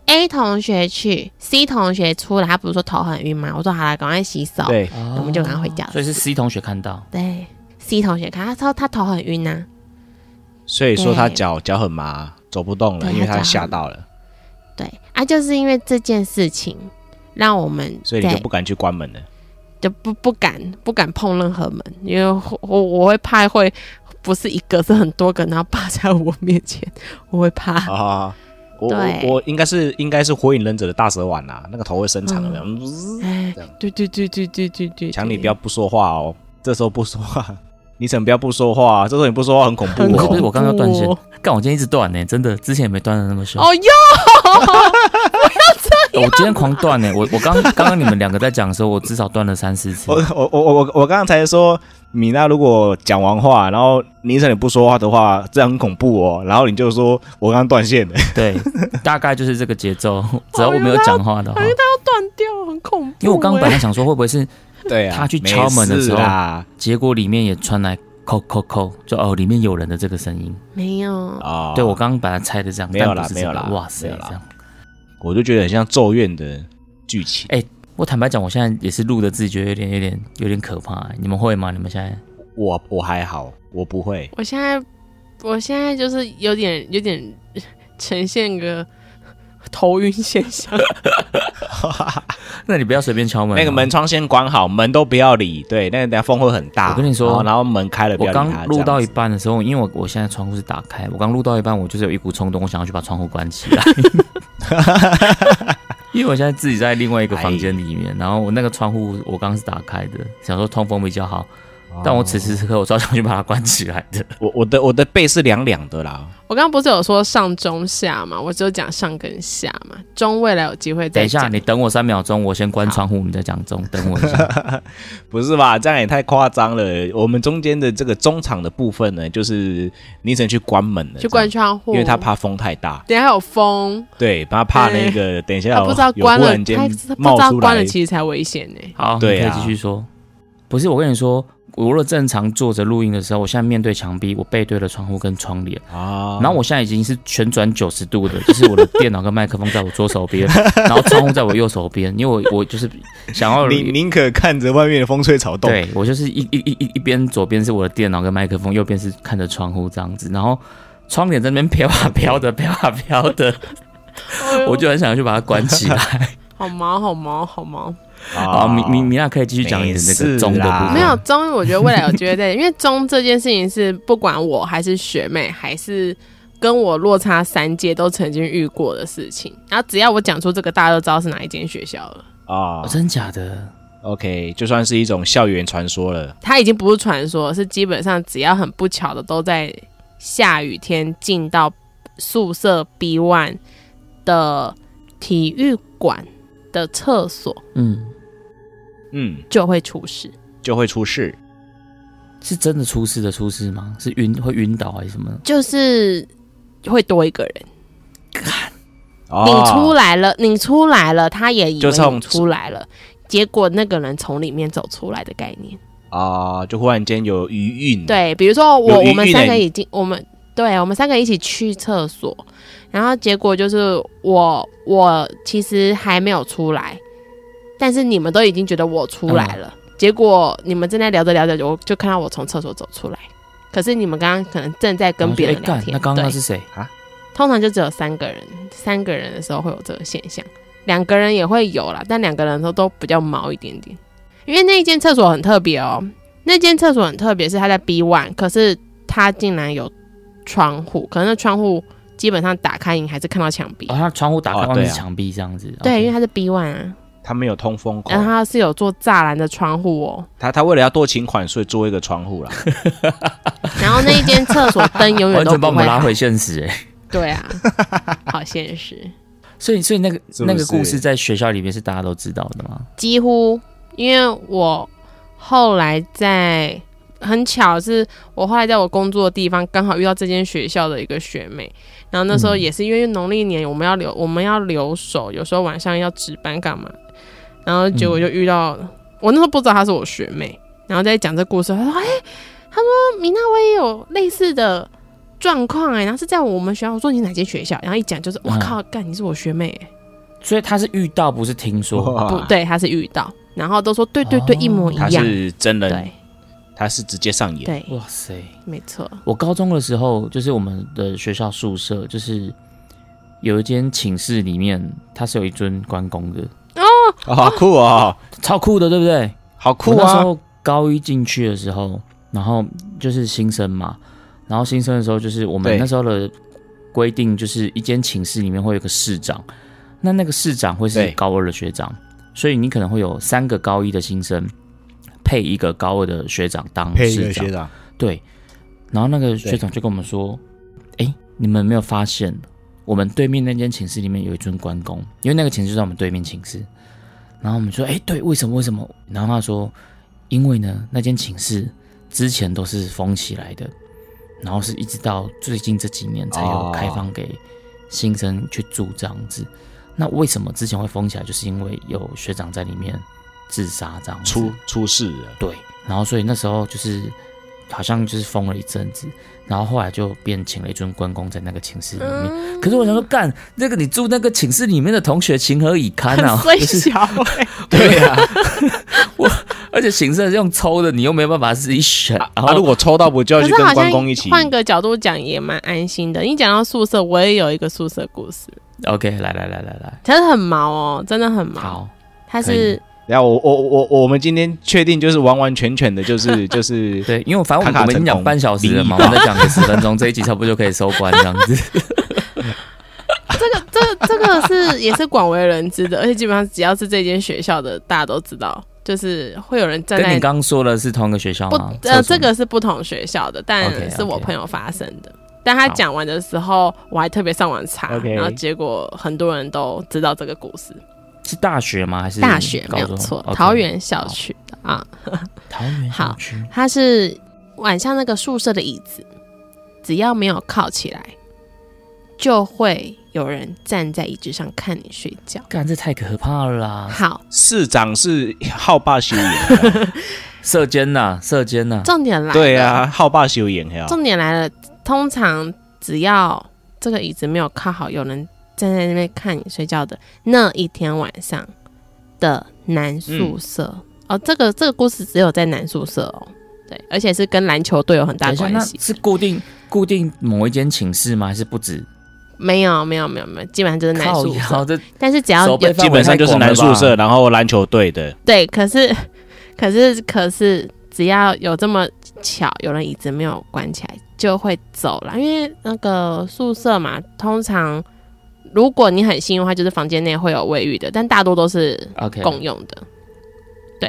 Speaker 1: A 同学去，C 同学出来，他不是说头很晕吗？我说好了，赶快洗手。
Speaker 3: 对，
Speaker 1: 我们就赶快回家了
Speaker 2: 哦所以是 C 同学看到，
Speaker 1: 对，C 同学看他说他头很晕啊呐、
Speaker 3: 所以说
Speaker 1: 对
Speaker 3: 他脚脚很麻，走不动了，
Speaker 1: 对
Speaker 3: 因为
Speaker 1: 他脚
Speaker 3: 他
Speaker 1: 很
Speaker 3: 吓到了，
Speaker 1: 对啊，就是因为这件事情，让我们
Speaker 3: 所以你
Speaker 1: 在
Speaker 3: 就不敢去关门了。
Speaker 1: 就不不敢不敢碰任何门，因为我我我会怕会不是一个是很多个，然后趴在我面前，我会怕。
Speaker 3: 啊，我
Speaker 1: 对
Speaker 3: 我我应该是应该是火影忍者的大蛇丸啦，那个头会伸长的，
Speaker 1: 哎、
Speaker 3: 这样
Speaker 1: 对对对对对对对，
Speaker 3: 强你不要不说话哦，这时候不说话， *laughs* 你怎么不要不说话？这时候你不说话很恐怖
Speaker 1: 很
Speaker 2: 不是
Speaker 1: 恐怖
Speaker 2: 不是
Speaker 3: 哦。
Speaker 2: 我刚刚断线
Speaker 1: 哦，
Speaker 2: 干我今天一直断呢，真的，之前也没断的那么凶。
Speaker 1: 哦哟，
Speaker 2: 我今天狂断呢，我
Speaker 1: *laughs*
Speaker 2: 我刚刚刚你们两个在讲的时候，我至少断了三四次
Speaker 3: *laughs* 我。我我我我我刚才说米娜如果讲完话，然后尼晨你不说话的话，这样很恐怖哦。然后你就说我刚刚断线了，
Speaker 2: 对，大概就是这个节奏。只要我没有讲话的话
Speaker 1: 好，像它要断掉，很恐怖欸。
Speaker 2: 因为我刚刚本来想说会不会是，
Speaker 3: 对啊，
Speaker 2: 他去敲门的时候
Speaker 3: 没事啦
Speaker 2: 结果里面也传来扣扣扣，就哦里面有人的这个声音。
Speaker 1: 没有，
Speaker 3: 啊，
Speaker 2: 对我刚刚把它猜的这样，
Speaker 3: 没有啦
Speaker 2: 但不是这
Speaker 3: 没有
Speaker 2: 个
Speaker 3: 啦
Speaker 2: 哇塞，
Speaker 3: 没有啦
Speaker 2: 这样。
Speaker 3: 我就觉得很像咒怨的剧情。
Speaker 2: 我坦白讲，我现在也是录的，自己觉得有点、有点、有点可怕、欸你们会吗？你们现在
Speaker 3: 我我还好，我不会。
Speaker 1: 我现在我现在就是有点有点呈现个头晕现象。
Speaker 2: 那你不要随便敲门、哦
Speaker 3: 那个门。窗先关好，门都不要理。对，那个等下风会很大。
Speaker 2: 我跟你说
Speaker 3: 然后然后门开了，不
Speaker 2: 我
Speaker 3: 要理它
Speaker 2: 刚录到一
Speaker 3: 这样子
Speaker 2: 半的时候，因为我我现在窗户是打开，我刚录到一半，我就是有一股冲动，我想要去把窗户关起
Speaker 3: *laughs*
Speaker 2: 来， *laughs* 因为我现在自己在另外一个房间里
Speaker 3: 哎
Speaker 2: 面，然后我那个窗户我刚刚是打开的，想说通风比较好，
Speaker 3: 哦
Speaker 2: 但我此时此刻我超想去把它关起来的。
Speaker 3: 我我的我的背是凉凉的啦。
Speaker 1: 我刚刚不是有说上中下嘛，我只有讲上跟下嘛，中未来有机会
Speaker 2: 等
Speaker 1: 再
Speaker 2: 一下，
Speaker 1: 讲。
Speaker 2: 你等我三秒钟，我先关窗户，你再讲中，等我一下。
Speaker 3: 不是吧？这样也太夸张了。我们中间的这个中场的部分呢，就是尼晨去关门了，
Speaker 1: 去关
Speaker 3: 这
Speaker 1: 窗户，
Speaker 3: 样因为他怕风太大，
Speaker 1: 等一下有风，
Speaker 3: 对，他怕那个等一下
Speaker 1: 他
Speaker 3: 有
Speaker 1: 不知道
Speaker 3: 啊有
Speaker 1: 关
Speaker 3: 忽
Speaker 1: 了，
Speaker 3: 然间
Speaker 1: 他他不
Speaker 3: 冒
Speaker 1: 知道
Speaker 3: 出
Speaker 1: 关
Speaker 3: 来
Speaker 1: 了，其实才危险呢、
Speaker 2: 好，
Speaker 3: 对
Speaker 2: 你可以
Speaker 3: 啊
Speaker 2: 继续说。不是，我跟你说，我如果正常坐着录音的时候，我现在面对墙壁，我背对了窗户跟窗帘，
Speaker 3: 啊，
Speaker 2: 然后我现在已经是旋转九十度的，就是我的电脑跟麦克风在我左手
Speaker 3: *laughs*
Speaker 2: 边，然后窗户在我右手边，因为我我就是想要
Speaker 3: 宁宁可看着外面的风吹草动，
Speaker 2: 对我就是一一一一一边左边是我的电脑跟麦克风，右边是看着窗户这样子，然后窗帘在那边飘啊飘的，飘啊飘
Speaker 3: *laughs*
Speaker 2: 的，
Speaker 1: 哎呦
Speaker 2: 我就很想去把它关起来。
Speaker 1: 好忙，好忙，好忙。
Speaker 2: 好，
Speaker 3: 啊
Speaker 2: 米米米娜可以继续讲哦你的那个中的部
Speaker 3: 啊
Speaker 2: 分。
Speaker 1: 没有中，我觉得未来有机会
Speaker 3: *laughs*
Speaker 1: 再讲，因为中这件事情是不管我还是学妹，还是跟我落差三届都曾经遇过的事情。然后只要我讲出这个，大家都知道是哪一间学校了。
Speaker 3: 啊
Speaker 2: 哦，真假的？
Speaker 3: ，OK，就算是一种校园传说了。
Speaker 1: 它已经不是传说，是基本上只要很不巧的都在下雨天进到宿舍 B one 的体育馆的厕所
Speaker 2: 嗯。
Speaker 3: 嗯，
Speaker 1: 就会出事。
Speaker 3: 就会出事。
Speaker 2: 是真的出事的出事吗？是晕会晕倒还是什么呢？
Speaker 1: 就是会多一个人。
Speaker 3: 哦
Speaker 1: 你出来了，你出来了，他也以
Speaker 3: 就
Speaker 1: 为
Speaker 3: 从
Speaker 1: 你出来了，结果那个人从里面走出来的概念。
Speaker 3: 啊，就忽然间有余韵，，
Speaker 1: 对，比如说我
Speaker 3: 有余
Speaker 1: 我们
Speaker 3: 韵
Speaker 1: 三
Speaker 3: 欸
Speaker 1: 个已经我们对我们三个一起去厕所，然后结果就是我我其实还没有出来，但是你们都已经觉得我出来了，
Speaker 2: 嗯
Speaker 1: 结果你们正在聊着聊着，我就看到我从厕所走出来。可是你们刚刚可能正在跟别人
Speaker 2: 然后就
Speaker 1: 聊
Speaker 2: 哎干
Speaker 1: 天，
Speaker 2: 那刚
Speaker 1: 对
Speaker 2: 刚那是谁？
Speaker 1: 通常就只有三个人，三个人的时候会有这个现象，两个人也会有啦，但两个人的时候都比较毛一点点。因为那一间厕所很特别哦，那间厕所很特别，是它在 B one，可是它竟然有窗户，可能那窗户基本上打开你还是看到墙壁。
Speaker 2: 哦，他窗户打开，
Speaker 3: 哦
Speaker 2: 外面
Speaker 3: 对啊
Speaker 2: 是墙壁这样子。
Speaker 1: 对，因为
Speaker 2: OK 哦
Speaker 1: 它是 B one 啊，
Speaker 3: 他没有通风口
Speaker 1: 然，后它是有做栅栏的窗户哦，
Speaker 3: 他他为了要多请款，所以做一个窗户啦。
Speaker 1: 然后那一间厕所灯永远
Speaker 2: *laughs* 完
Speaker 1: 都
Speaker 2: 全把
Speaker 1: 不
Speaker 2: 我们
Speaker 1: 会
Speaker 2: 拉
Speaker 1: 好。
Speaker 2: 回现实哎。
Speaker 1: 对啊，好现实，
Speaker 2: 所以，所以那个
Speaker 3: 是不是
Speaker 2: 那个故事在学校里面是大家都知道的吗？
Speaker 1: 几乎，因为我后来在很巧是，我后来在我工作的地方刚好遇到这间学校的一个学妹，然后那时候
Speaker 2: 嗯
Speaker 1: 也是因为农历年我们要留我们要留守，有时候晚上要值班干嘛，然后结
Speaker 2: 嗯
Speaker 1: 果就遇到、我那时候不知道她是我学妹，然后在讲这故事，她说：“哎、她说米娜我也有类似的。”状况哎，然后是在我们学校，我说你哪间学校？然后一讲就是，我
Speaker 2: 嗯
Speaker 1: 靠，干你是我学妹欸
Speaker 2: 所以他是遇到，不是听说。
Speaker 1: 不
Speaker 3: 哇，
Speaker 1: *laughs* 对，他是遇到，然后都说对对对，
Speaker 2: 哦
Speaker 1: 一模一
Speaker 3: 他
Speaker 1: 样，
Speaker 3: 是真人，
Speaker 1: 对
Speaker 3: 他是直接上演，
Speaker 1: 对，
Speaker 2: 哇塞！
Speaker 1: 没
Speaker 3: *laughs*
Speaker 1: 错，
Speaker 2: 我高中的时候，就是我们的学校宿舍，就是有一间寝室里面，它是有一尊关公的，
Speaker 3: 哦好酷哦，
Speaker 2: 超酷的，对不对？
Speaker 3: 好
Speaker 2: 我
Speaker 3: 酷
Speaker 2: 那时
Speaker 3: 啊！
Speaker 2: 候高一进去的时候，然后就是新生嘛，然后新生的时候就是我们
Speaker 3: 对
Speaker 2: 那时候的规定，就是一间寝室里面会有一个室长，那那个室长会是
Speaker 3: 对
Speaker 2: 高二的学长，所以你可能会有三个高一的新生配一个高二的学长当室长，
Speaker 3: 长，
Speaker 2: 对。然后那个学长就跟我们说：“哎，你们没有发现我们对面那间寝室里面有一尊关公，因为那个寝室就在我们对面寝室。”然后我们说：“哎，对，为什么？为什么？”然后他说：“因为呢，那间寝室之前都是封起来的，然后是一直到最近这几年才有
Speaker 3: 哦
Speaker 2: 开放给新生去住这样子。那为什么之前会封起来？就是因为有学长在里面自杀这样子。
Speaker 3: 出出事了，
Speaker 2: 对，然后所以那时候就是好像就是疯了一阵子，然后后来就变请了一尊关公在那个寝室里面。
Speaker 1: 嗯
Speaker 2: 可是我想说，干那个你住那个寝室里面的同学情何以堪啊！
Speaker 1: 虽
Speaker 2: 就是
Speaker 1: 小欸
Speaker 3: 对
Speaker 2: *laughs*
Speaker 3: 啊，
Speaker 2: 而且寝室是用抽的，你又没有办法自己选。然
Speaker 3: 啊，
Speaker 2: 后
Speaker 3: 如果抽到不就要
Speaker 1: 可
Speaker 3: 去
Speaker 1: 是
Speaker 3: 跟
Speaker 1: 好
Speaker 3: 关公一
Speaker 1: 像
Speaker 3: 起？
Speaker 1: 换个角度讲也蛮安心的。你讲到宿舍，我也有一个宿舍故事，
Speaker 2: OK，来来来来来，
Speaker 1: 真的很毛哦，真的很毛。
Speaker 2: 好，
Speaker 1: 他
Speaker 2: 可以
Speaker 1: 是
Speaker 3: 然后我我我我我们今天确定就是完完全全的，就是
Speaker 1: *laughs*
Speaker 3: 就是
Speaker 2: 对，因为反正我
Speaker 3: 卡
Speaker 2: 们
Speaker 3: 卡
Speaker 2: 我们已经
Speaker 3: 成
Speaker 2: 讲
Speaker 3: 功
Speaker 2: 半小时了嘛，我
Speaker 3: 灵异
Speaker 2: 们再讲个十分钟，这一集差不多就可以收官这样
Speaker 1: *laughs*
Speaker 2: 子。
Speaker 1: 这个这这个是也是广为人知的，而且基本上只要是这间学校的，大家都知道，就是会有人站
Speaker 2: 跟你
Speaker 1: 在
Speaker 2: 刚刚说的是同一个学校
Speaker 1: 不
Speaker 2: 吗？
Speaker 1: 呃
Speaker 2: 啊厕所
Speaker 1: 这个是不同学校的，但
Speaker 2: OK，OK
Speaker 1: 是我朋友发生的。但他
Speaker 2: 好
Speaker 1: 讲完的时候，我还特别上网查
Speaker 3: OK
Speaker 1: 然后结果很多人都知道这个故事。
Speaker 2: 是大学吗？还是
Speaker 1: 大学
Speaker 2: 嗯高
Speaker 1: 没有
Speaker 2: 中哦
Speaker 1: 错
Speaker 2: OK，
Speaker 1: 桃园校区的啊，
Speaker 2: 桃园
Speaker 1: 好
Speaker 2: 校区。
Speaker 1: 它是晚上那个宿舍的椅子，只要没有靠起来，就会有人站在椅子上看你睡觉。
Speaker 2: 干，这太可怕了啦！
Speaker 1: 好，
Speaker 3: 市长是好霸修
Speaker 1: *laughs*
Speaker 3: 养，
Speaker 2: 射箭呐，射箭呐！
Speaker 1: 重点来了，
Speaker 3: 对啊，好霸修养呀，
Speaker 1: 重点来了，通常只要这个椅子没有靠好，有人站在那边看你睡觉的那一天晚上的男宿舍、
Speaker 2: 嗯
Speaker 1: 哦，这个这个故事只有在男宿舍哦，对，而且是跟篮球队有很
Speaker 2: 等
Speaker 1: 大
Speaker 2: 一下，
Speaker 1: 关
Speaker 2: 那
Speaker 1: 系。
Speaker 2: 是固定固定某一间寝室吗？还是不止？
Speaker 1: 没有没有没有没有，基本上就是男
Speaker 2: 靠
Speaker 1: 宿舍，
Speaker 2: 腰，这
Speaker 1: 但是只要
Speaker 2: 手
Speaker 1: 有
Speaker 2: 背
Speaker 3: 基本上就是男宿
Speaker 2: 范围
Speaker 3: 舍，
Speaker 2: 太广了
Speaker 3: 然后篮球队的，
Speaker 1: 对，可是可是可是只要有这么巧，有人椅子没有关起来，就会走了，因为那个宿舍嘛，通常。如果你很幸运的话，就是房间内会有卫浴的，但大多都是
Speaker 2: OK，
Speaker 1: 共用的，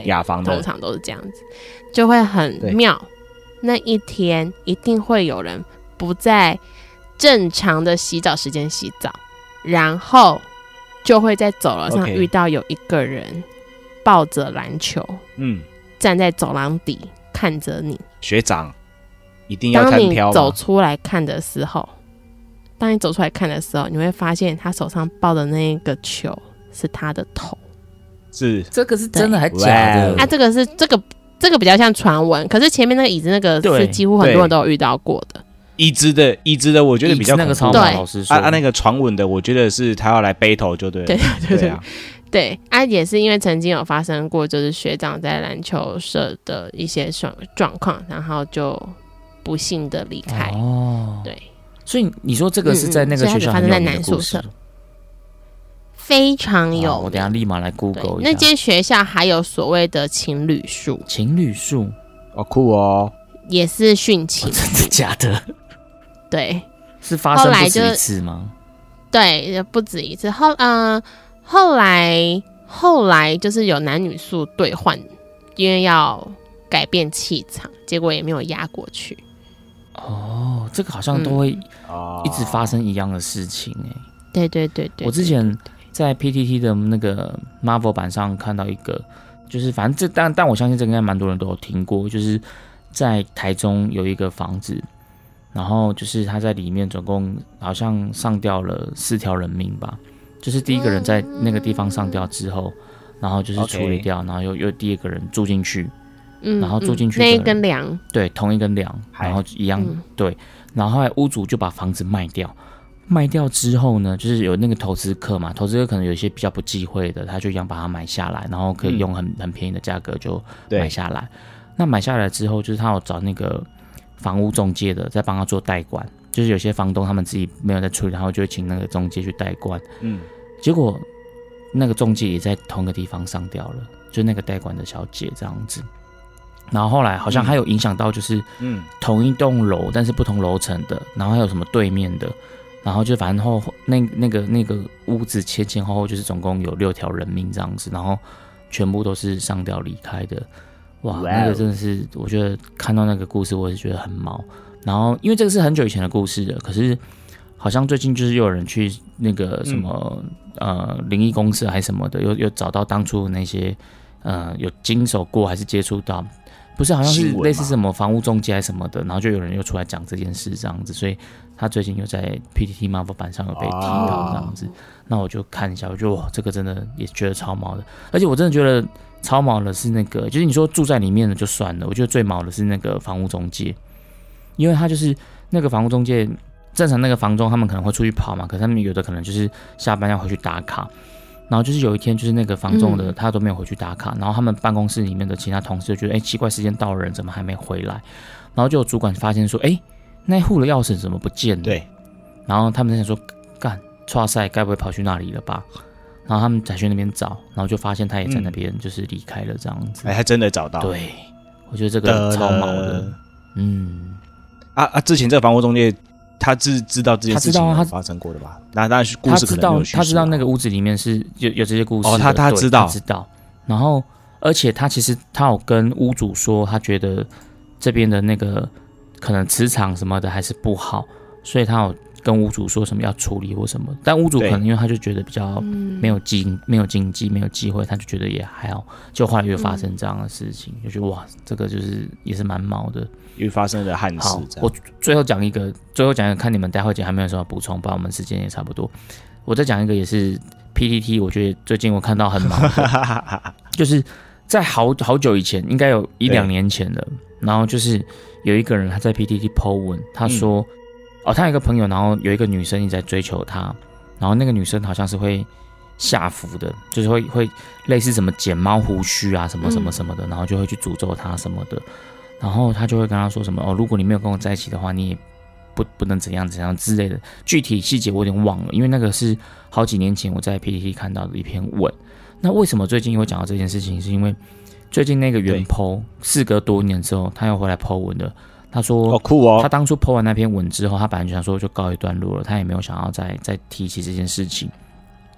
Speaker 3: 雅房
Speaker 1: 通
Speaker 3: 的，
Speaker 1: 常都是这样子，就会很
Speaker 3: 对
Speaker 1: 妙。那一天一定会有人不在正常的洗澡时间洗澡，然后就会在走廊上
Speaker 3: OK
Speaker 1: 遇到有一个人抱着篮球
Speaker 3: 嗯，
Speaker 1: 站在走廊底看着你，
Speaker 3: 学长一定要
Speaker 1: 当
Speaker 3: 单
Speaker 1: 你
Speaker 3: 挑
Speaker 1: 走
Speaker 3: 吗？
Speaker 1: 出来看的时候，当你走出来看的时候，你会发现他手上抱的那个球是他的头。
Speaker 3: 是
Speaker 2: 这个是真的还假
Speaker 3: 哇哦
Speaker 2: 的？哎
Speaker 1: 啊，这个是这个这个比较像传闻，可是前面那个椅子那个
Speaker 2: 对
Speaker 1: 是几乎很多人都有遇到过的。
Speaker 3: 一只的，一只的，我觉得比较
Speaker 2: 那个
Speaker 3: 恐
Speaker 2: 超
Speaker 3: 怖
Speaker 1: 对
Speaker 2: 马老师说
Speaker 3: 啊啊，那个床吻的，我觉得是他要来 battle 就对了，
Speaker 1: 对对
Speaker 3: 对
Speaker 1: 对
Speaker 3: 啊，
Speaker 1: 对，啊，也是因为曾经有发生过，就是学长在篮球社的一些状状况，然后就不幸的离开。
Speaker 2: 哦，
Speaker 1: 对，
Speaker 2: 所以你说这个是在那个
Speaker 1: 嗯嗯所以它
Speaker 2: 学校
Speaker 1: 只发生在
Speaker 2: 很有名的
Speaker 1: 男宿
Speaker 2: 故事
Speaker 1: 舍非常有
Speaker 2: 好我
Speaker 1: 名
Speaker 2: 等一下立马来
Speaker 1: 对
Speaker 2: Google 一下。
Speaker 1: 那间学校还有所谓的情侣树，
Speaker 2: 情侣树，
Speaker 3: 哦酷哦，
Speaker 1: 也是殉情。
Speaker 2: *laughs* 真的假的？
Speaker 1: 对
Speaker 2: 是发生
Speaker 1: 后来
Speaker 2: 不止
Speaker 1: 就
Speaker 2: 一次吗？
Speaker 1: 对，不止一次。后嗯、后来后来就是有男女宿兑换，因为要改变气场，结果也没有压过去。
Speaker 2: 哦，这个好像都会一
Speaker 3: 哦，
Speaker 2: 直发生一样的事情哎、
Speaker 1: 对对对对
Speaker 2: 我之前在 PTT 的那个 Marvel 版上看到一个，就是反正这但但我相信这个应该蛮多人都有听过，就是在台中有一个房子，然后就是他在里面总共好像上吊了四条人命吧，就是第一个人在那个地方上吊之后，然后就是处理
Speaker 3: OK
Speaker 2: 掉，然后又又第二个人住进去，
Speaker 1: 嗯
Speaker 2: 然后住进去
Speaker 1: 嗯那一
Speaker 2: 的
Speaker 1: 根梁，
Speaker 2: 对，同一根梁，
Speaker 3: 嗨
Speaker 2: 然后一样、
Speaker 1: 嗯
Speaker 2: 对，然后后来屋主就把房子卖掉，卖掉之后呢，就是有那个投资客嘛，投资客可能有一些比较不忌讳的，他就一样把它买下来，然后可以
Speaker 3: 嗯
Speaker 2: 用很、很便宜的价格就
Speaker 3: 对
Speaker 2: 买下来。那买下来之后，就是他有找那个房屋中介的在帮他做代管，就是有些房东他们自己没有在处理，然后就会请那个中介去代管，
Speaker 3: 嗯，
Speaker 2: 结果那个中介也在同个地方上吊了，就那个代管的小姐这样子。然后后来好像还有影响到，就是
Speaker 3: 嗯，
Speaker 2: 同一栋楼，但是不同楼层的，然后还有什么对面的，然后就反正后那那个那个屋子前前后后就是总共有六条人命这样子，然后全部都是上吊离开的。哇，
Speaker 3: 哇哦
Speaker 2: 那个真的是，我觉得看到那个故事，我也是觉得很毛。然后因为这个是很久以前的故事了，可是好像最近就是又有人去那个什么、呃灵异公社还是什么的，又又找到当初那些呃有经手过还是接触到，不是好像是
Speaker 3: 新闻嘛
Speaker 2: 类似什么房屋中介还是什么的，然后就有人又出来讲这件事这样子，所以他最近又在 PTT Marvel 版上有被提到这样
Speaker 3: 哦
Speaker 2: 子。那我就看一下，我就哇，这个真的也觉得超毛的，而且我真的觉得超毛的是那个，就是你说住在里面的就算了，我觉得最毛的是那个房屋中介，因为他就是那个房屋中介，正常那个房东他们可能会出去跑嘛，可是他们有的可能就是下班要回去打卡。然后就是有一天，就是那个房仲的
Speaker 1: 嗯
Speaker 2: 他都没有回去打卡，然后他们办公室里面的其他同事就觉得，哎，奇怪，时间到了，人怎么还没回来？然后就有主管发现说，哎，那户的钥匙怎么不见了？
Speaker 3: 对，
Speaker 2: 然后他们在想说，干，哇塞，该不会跑去那里了吧？然后他们才去那边找，然后就发现他也在那边，就是离开了这样子。
Speaker 3: 哎，他真的找到，
Speaker 2: 对，我觉得这
Speaker 3: 得
Speaker 2: 个
Speaker 3: 了
Speaker 2: 超毛的，嗯，
Speaker 3: 啊啊！之前这个房屋中介他知知道这件事
Speaker 2: 他知道
Speaker 3: 情
Speaker 2: 啊
Speaker 3: 有
Speaker 2: 他
Speaker 3: 发生过的吧？那那故
Speaker 2: 他
Speaker 3: 事
Speaker 2: 知
Speaker 3: 可能没
Speaker 2: 道
Speaker 3: 有叙述
Speaker 2: 他知道
Speaker 3: 啊
Speaker 2: 那个屋子里面是有有这些故事的
Speaker 3: 哦他他
Speaker 2: 对
Speaker 3: 知道
Speaker 2: 他知道。然后，而且他其实他有跟屋主说，他觉得这边的那个可能磁场什么的还是不好，所以他有跟屋主说什么要处理或什么，但屋主可
Speaker 3: 对
Speaker 2: 能因为他就觉得比较
Speaker 1: 嗯
Speaker 2: 没有经没有经济没有机会，他就觉得也还好，就后来又发生这样的事情，就觉得哇，这个就是也是蛮毛的。
Speaker 3: 因为发生了憾事
Speaker 2: 好，
Speaker 3: 这
Speaker 2: 我
Speaker 3: 样。
Speaker 2: 最后讲一个，最后讲一个，看你们待会姐还没有什么补充，不然我们时间也差不多。我再讲一个也是 PPT，我觉得最近我看到很忙的，
Speaker 3: *laughs*
Speaker 2: 就是在好好久以前，应该有一
Speaker 3: 对
Speaker 2: 两年前了。然后就是有一个人他在 PTT po 文，他说、哦，他有一个朋友，然后有一个女生一直在追求他，然后那个女生好像是会下符的，就是会会类似什么剪猫胡须啊，什么什么什么的，然后就会去诅咒他什么的，然后他就会跟他说什么哦，如果你没有跟我在一起的话，你也不不能怎样怎样之类的，具体细节我有点忘了，因为那个是好几年前我在 PTT 看到的一篇文。那为什么最近又会讲到这件事情？是因为最近那个原
Speaker 3: 对
Speaker 2: PO 事隔多年之后，他又回来 PO 文了。他说：“
Speaker 3: 哦，酷
Speaker 2: 他
Speaker 3: 哦，
Speaker 2: 当初 po 完那篇文之后，他本来就想说就告一段落了，他也没有想要再再提起这件事情。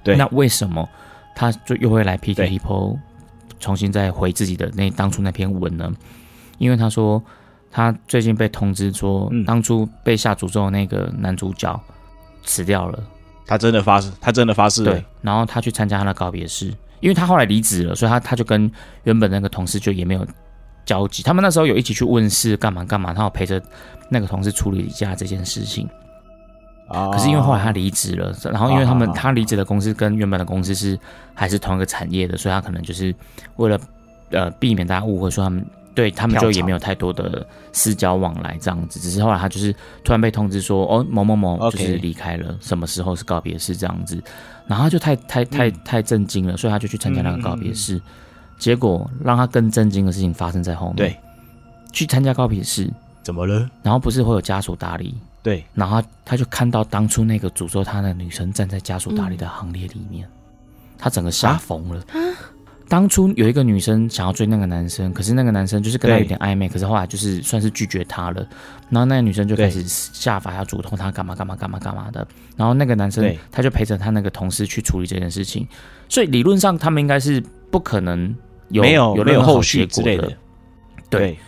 Speaker 3: 对
Speaker 2: 那为什么他就又会来 PTT
Speaker 3: 对
Speaker 2: po 重新再回自己的那当初那篇文呢？因为他说他最近被通知说，
Speaker 3: 嗯
Speaker 2: 当初被下诅咒的那个男主角死掉了。
Speaker 3: 他真的发誓，他真的发誓了
Speaker 2: 对，，然后他去参加他的告别式，因为他后来离职了，所以他他就跟原本那个同事就也没有交集。他们那时候有一起去问事干嘛干嘛，他有陪着那个同事处理一下这件事情。
Speaker 3: 啊
Speaker 2: 可是因为后来他离职了，然后因为他们
Speaker 3: 啊
Speaker 2: 他离职的公司跟原本的公司是还是同一个产业的，所以他可能就是为了呃避免大家误会，说他们对他们
Speaker 3: 跳
Speaker 2: 就
Speaker 3: 槽
Speaker 2: 也没有太多的私交往来这样子。只是后来他就是突然被通知说，哦某某某
Speaker 3: OK
Speaker 2: 就是离开了，什么时候是告别式这样子，然后他就太太太
Speaker 3: 嗯
Speaker 2: 太震惊了，所以他就去参加那个告别式。结果让他更震惊的事情发生在后面，
Speaker 3: 对，
Speaker 2: 去参加告别式，
Speaker 3: 怎么了？
Speaker 2: 然后不是会有家属打理，
Speaker 3: 对，
Speaker 2: 然后他他就看到当初那个诅咒他的女生站在家属打理的行列里面，他整个吓疯了。
Speaker 3: 啊
Speaker 2: 当初有一个女生想要追那个男生，可是那个男生就是跟他
Speaker 3: 对
Speaker 2: 有点暧昧，可是后来就是算是拒绝她了。然后那个女生就开始下法要主动他干嘛干嘛干嘛干嘛的。然后那个男生
Speaker 3: 对
Speaker 2: 他就陪着他那个同事去处理这件事情，所以理论上他们应该是不可能有
Speaker 3: 没有
Speaker 2: 有
Speaker 3: 没
Speaker 2: 任
Speaker 3: 有
Speaker 2: 何好
Speaker 3: 后
Speaker 2: 结
Speaker 3: 续之
Speaker 2: 果
Speaker 3: 类
Speaker 2: 的
Speaker 3: 的。，
Speaker 2: 对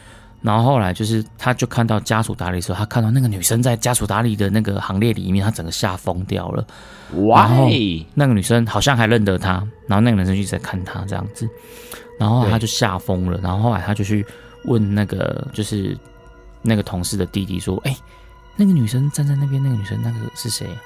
Speaker 2: 然后后来就是，他就看到家属打理的时候，他看到那个女生在家属打理的那个行列里面，他整个吓疯掉了。后
Speaker 3: ，Why？
Speaker 2: 那个女生好像还认得他，然后那个男生就一直在看他这样子，然后他就吓疯了。然后后来他就去问那个就是那个同事的弟弟说：“哎、那个女生站在那边，那个女生那个是谁、啊？”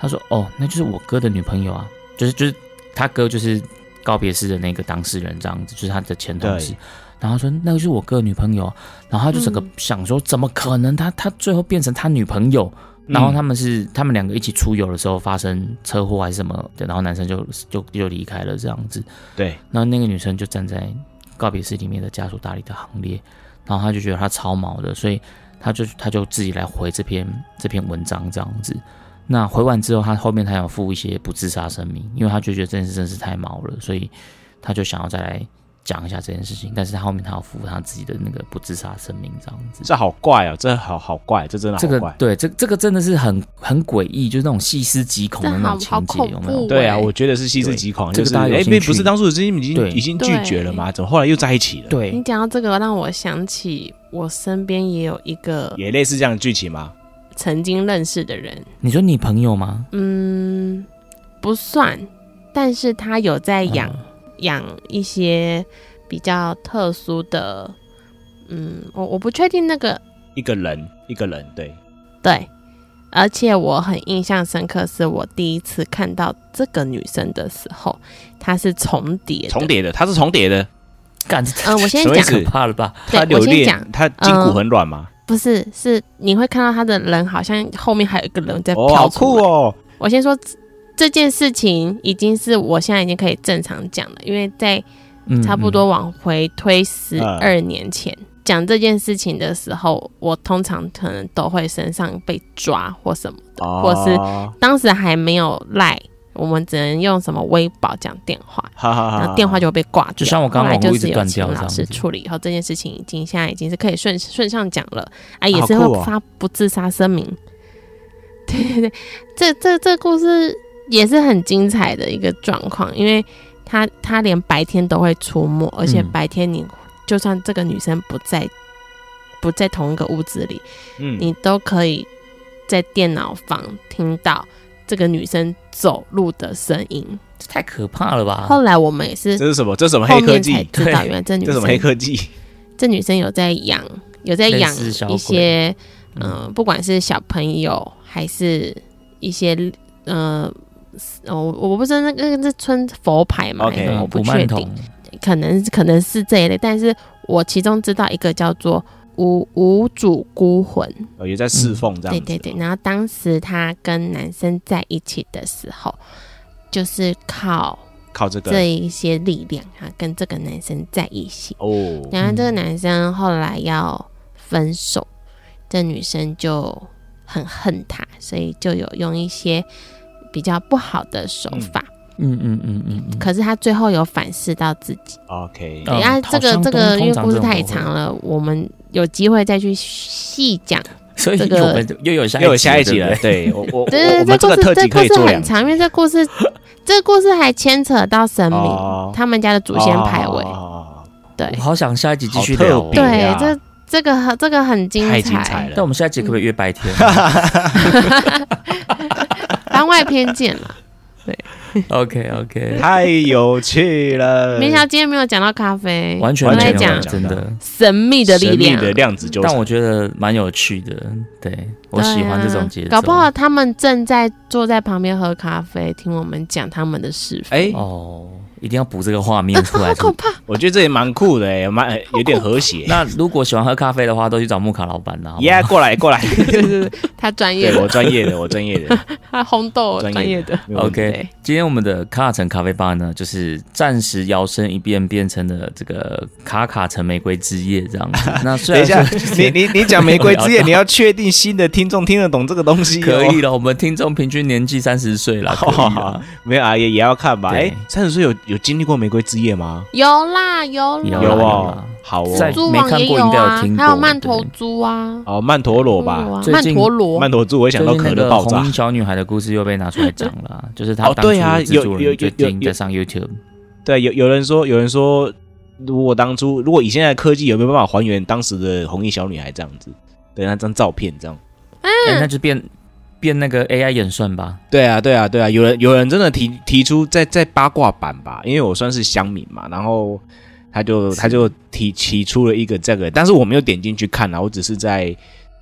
Speaker 2: 他说：“哦，那就是我哥的女朋友啊，就是就是他哥就是告别式的那个当事人这样子，就是他的前同事
Speaker 3: 对。”
Speaker 2: 然后他说：“那个是我哥的女朋友啊。”然后他就整个
Speaker 1: 嗯
Speaker 2: 想说：“怎么可能他？他最后变成他女朋友？”然后他们是他们两个一起出游的时候发生车祸还是什么的，然后男生就就就离开了这样子。
Speaker 3: 对，
Speaker 2: 然后那个女生就站在告别式里面的家属打理的行列，然后她就觉得她超毛的，所以她就她就自己来回这篇这篇文章这样子。那回完之后，她后面她有附一些不自杀声明，因为她就觉得这件事真是太毛了，所以她就想要再来讲一下这件事情。但是她后面她有附她自己的那个不自杀声明这样子。
Speaker 3: 这好怪哦，这好好怪，这真的
Speaker 2: 这
Speaker 3: 好
Speaker 2: 个
Speaker 3: 怪。
Speaker 2: 对，这这个真的是很很诡异，就是那种细思极恐的那种
Speaker 1: 这好
Speaker 2: 情节
Speaker 1: 好，
Speaker 2: 有
Speaker 1: 恐
Speaker 2: 没有
Speaker 1: 怖？
Speaker 3: 对啊，
Speaker 1: 对
Speaker 3: 我觉得是细思极恐，
Speaker 2: 这
Speaker 3: 就
Speaker 2: 个
Speaker 3: 是
Speaker 2: 大家有
Speaker 3: 哎，
Speaker 2: 兴
Speaker 3: 不
Speaker 2: 趣
Speaker 3: 不是当初已经已经
Speaker 2: 对
Speaker 3: 已经拒绝了吗？怎么后来又在一起了？，
Speaker 2: 对
Speaker 1: 你，讲到这个，让我想起我身边也有一个
Speaker 3: 也类似这样的剧情吗？
Speaker 1: 曾经认识的人，
Speaker 2: 你说你朋友吗？
Speaker 1: 嗯，不算，但是他有在
Speaker 2: 嗯
Speaker 1: 养、养一些比较特殊的，嗯，我我不确定那个
Speaker 3: 一个人，一个人，对，
Speaker 1: 对，而且我很印象深刻，是我第一次看到这个女生的时候，她是重叠的，
Speaker 3: 重，叠的，他是重叠的，
Speaker 2: 干，
Speaker 1: 嗯、我先
Speaker 3: 什么意
Speaker 1: 讲，
Speaker 3: 思
Speaker 2: 可怕了吧？
Speaker 1: 对
Speaker 3: 他
Speaker 1: 我
Speaker 3: 留
Speaker 1: 先
Speaker 3: 恋
Speaker 1: 讲，
Speaker 3: 他筋骨很软吗？
Speaker 1: 不是，是你会看到她的人好像后面还有一个人在
Speaker 3: 哦，
Speaker 1: 飘
Speaker 3: 好
Speaker 1: 嗯
Speaker 3: 酷
Speaker 1: 出来。
Speaker 3: 哦，
Speaker 1: 我先说这这件事情已经是我现在已经可以正常讲了，因为在
Speaker 2: 嗯
Speaker 1: 差不多往回推十二年前。讲这件事情的时候，我通常可能都会身上被抓或什么，
Speaker 3: 或
Speaker 1: 哦或是
Speaker 3: 啊
Speaker 1: 当时还没有赖，我们只能用什么微保讲电话，
Speaker 3: 哈哈
Speaker 1: 然
Speaker 3: 哈，
Speaker 1: 后电话就被挂掉。
Speaker 2: 啊就像我刚刚
Speaker 1: 后来
Speaker 2: 网络
Speaker 1: 就
Speaker 2: 一直
Speaker 1: 是有
Speaker 2: 断
Speaker 1: 请
Speaker 2: 掉这
Speaker 1: 老
Speaker 2: 样
Speaker 1: 师
Speaker 2: 子
Speaker 1: 处理以后，这件事情已经现在已经是可以顺顺上讲了，啊，也
Speaker 3: 好
Speaker 1: 是
Speaker 3: 酷
Speaker 1: 会
Speaker 3: 哦
Speaker 1: 发不自杀声明。 *laughs* 对对对，这这这故事也是很精彩的一个状况，因为他他连白天都会出没，而且
Speaker 2: 嗯
Speaker 1: 白天你、就算这个女生不在不在同一个屋子里，
Speaker 3: 嗯，
Speaker 1: 你都可以在电脑房听到这个女生走路的声音。
Speaker 2: 这太可怕了吧？
Speaker 1: 后来我们也是
Speaker 3: 这是什么？这是什么
Speaker 1: 后
Speaker 3: 黑科
Speaker 1: 面才
Speaker 3: 技？
Speaker 1: 知道，原来这女
Speaker 3: 这什
Speaker 1: 生
Speaker 3: 么黑科技？
Speaker 1: 这女生有在养，有在
Speaker 2: 类
Speaker 1: 养
Speaker 2: 似小
Speaker 1: 一些，
Speaker 2: 鬼
Speaker 1: 嗯、不管是小朋友还是一些，呃，哦，我我不知道那个那是春佛牌嘛
Speaker 3: OK
Speaker 1: 还是什么
Speaker 2: 嗯
Speaker 1: 我不
Speaker 2: 古
Speaker 1: 确
Speaker 2: 曼
Speaker 1: 定
Speaker 2: 童，，
Speaker 1: 可能可能是这一类，但是我其中知道一个叫做无无主孤魂，
Speaker 3: 哦，也在侍奉这样
Speaker 1: 对
Speaker 3: 子，
Speaker 1: 嗯
Speaker 3: 哦
Speaker 1: 对对，然后当时她跟男生在一起的时候，就是靠
Speaker 3: 靠这
Speaker 1: 这
Speaker 3: 个
Speaker 1: 一些力量啊，跟这个男生在一起。
Speaker 3: 哦，
Speaker 1: 然后这个男生后来要分手，这女生就很恨他，所以就有用一些比较不好的手法。
Speaker 2: 嗯嗯嗯嗯嗯，
Speaker 1: 可是他最后有反思到自己，
Speaker 3: OK，
Speaker 2: 嗯
Speaker 1: 对啊，
Speaker 2: 好
Speaker 1: 这
Speaker 2: 像
Speaker 1: 个这个
Speaker 2: 通
Speaker 1: 因为
Speaker 2: 通常
Speaker 1: 故事
Speaker 2: 这种
Speaker 1: 太
Speaker 2: 都会
Speaker 1: 长了，我们有机会再去细讲。
Speaker 2: 所以
Speaker 1: 这个
Speaker 2: 我们又有下
Speaker 3: 又有下一集
Speaker 2: 了
Speaker 3: 了，
Speaker 2: 对不对。
Speaker 3: 对我我我
Speaker 1: 对
Speaker 3: 我
Speaker 1: 对
Speaker 3: 们这
Speaker 1: 对，这故
Speaker 3: 个
Speaker 1: 事
Speaker 3: 特辑
Speaker 1: 这
Speaker 3: 可以
Speaker 1: 故
Speaker 3: 做
Speaker 1: 事
Speaker 3: 两
Speaker 1: 很
Speaker 3: 集
Speaker 1: 长，因为这故
Speaker 3: *laughs*
Speaker 1: 事这故事还牵扯到神明，
Speaker 3: 哦
Speaker 1: 他们家的祖先牌位，
Speaker 3: 哦
Speaker 1: 对
Speaker 2: 我好想下一集继续
Speaker 3: 好特
Speaker 2: 聊哦。
Speaker 3: 别
Speaker 1: 对
Speaker 3: 呀，
Speaker 1: 这这个很这个很精
Speaker 3: 太
Speaker 1: 彩，
Speaker 3: 精彩
Speaker 2: 但我
Speaker 3: 了。
Speaker 2: 们下一集可不可以约
Speaker 3: *laughs*
Speaker 2: 白天？
Speaker 1: *laughs* 番外偏见了。
Speaker 2: OK OK，
Speaker 3: 太有趣了。
Speaker 1: 没想到今天没有讲到咖啡，
Speaker 2: 完全
Speaker 1: 我
Speaker 3: 完
Speaker 1: 们
Speaker 2: 没
Speaker 1: 在
Speaker 2: 有
Speaker 1: 讲
Speaker 2: 真的，
Speaker 1: 神秘的力
Speaker 3: 神秘
Speaker 1: 量，
Speaker 3: 的量子纠
Speaker 2: 但
Speaker 3: 缠，
Speaker 2: 我觉得蛮有趣的。对我喜欢这种节奏，
Speaker 1: 啊搞不好他们正在坐在旁边喝咖啡，听我们讲他们的事。
Speaker 3: 哎、
Speaker 2: 哦，一定要补这个画面出来。
Speaker 1: *laughs* 好可怕！
Speaker 3: 我觉得这也蛮酷的、欸，蛮呃有点和 *laughs* 谐。
Speaker 2: 那如果喜欢喝咖啡的话，都去找木卡老板啦。好不好
Speaker 3: 耶、过来
Speaker 1: *laughs*
Speaker 3: 过来，
Speaker 1: 对对对，他专业
Speaker 3: 对
Speaker 1: 的，
Speaker 3: 我专业的，我
Speaker 1: *laughs*
Speaker 3: 专业的，
Speaker 1: 他红豆
Speaker 3: 专
Speaker 1: 专业的。
Speaker 3: 没有问题
Speaker 2: OK，
Speaker 1: 对
Speaker 2: 今天我们的卡城咖啡吧呢，就是暂时摇身一变变成了这个卡卡城玫瑰之夜这样子。那虽
Speaker 3: 等一
Speaker 2: 然
Speaker 3: 下
Speaker 2: 说，
Speaker 3: 你你你讲玫瑰之夜，你要确定新的听众听得懂这个东西、哦，
Speaker 2: 可以了，我们听众平均年纪三十岁了，可以啦
Speaker 3: 没有啊，也也要看吧。
Speaker 2: 对
Speaker 3: 哎，三十岁有有经历过玫瑰之夜吗？
Speaker 1: 有啦有
Speaker 2: 有
Speaker 1: 啦，
Speaker 2: 啦
Speaker 3: 哦，好
Speaker 2: 在
Speaker 3: 哦，
Speaker 1: 猪
Speaker 2: 没
Speaker 1: 王
Speaker 2: 看
Speaker 1: 也
Speaker 2: 过
Speaker 1: 有
Speaker 2: 应该有
Speaker 1: 啊
Speaker 2: 听，过
Speaker 1: 还有曼陀珠啊，嗯
Speaker 3: 哦，曼陀罗吧，
Speaker 1: 曼陀罗，
Speaker 3: 曼陀珠，我想到可
Speaker 2: 最近那
Speaker 3: 乐
Speaker 2: 个
Speaker 3: 爆炸
Speaker 2: 红衣。小女孩的故事又被拿出来讲了啊，就是她
Speaker 3: 哦
Speaker 2: 当初
Speaker 3: 对啊
Speaker 2: 的制作
Speaker 3: 有有有
Speaker 2: 人最近在上 YouTube，
Speaker 3: 对，有有人说，有人说，如果当初，如果以现在的科技，有没有办法还原当时的红衣小女孩这样子？对，那张照片这样。
Speaker 1: 嗯
Speaker 2: 哎那就变变那个 AI 演算吧。
Speaker 3: 对啊，对啊，对啊，有人有人真的提提出在在八卦版吧，因为我算是乡民嘛，然后他就是他就提提出了一个这个，但是我没有点进去看啊，我只是在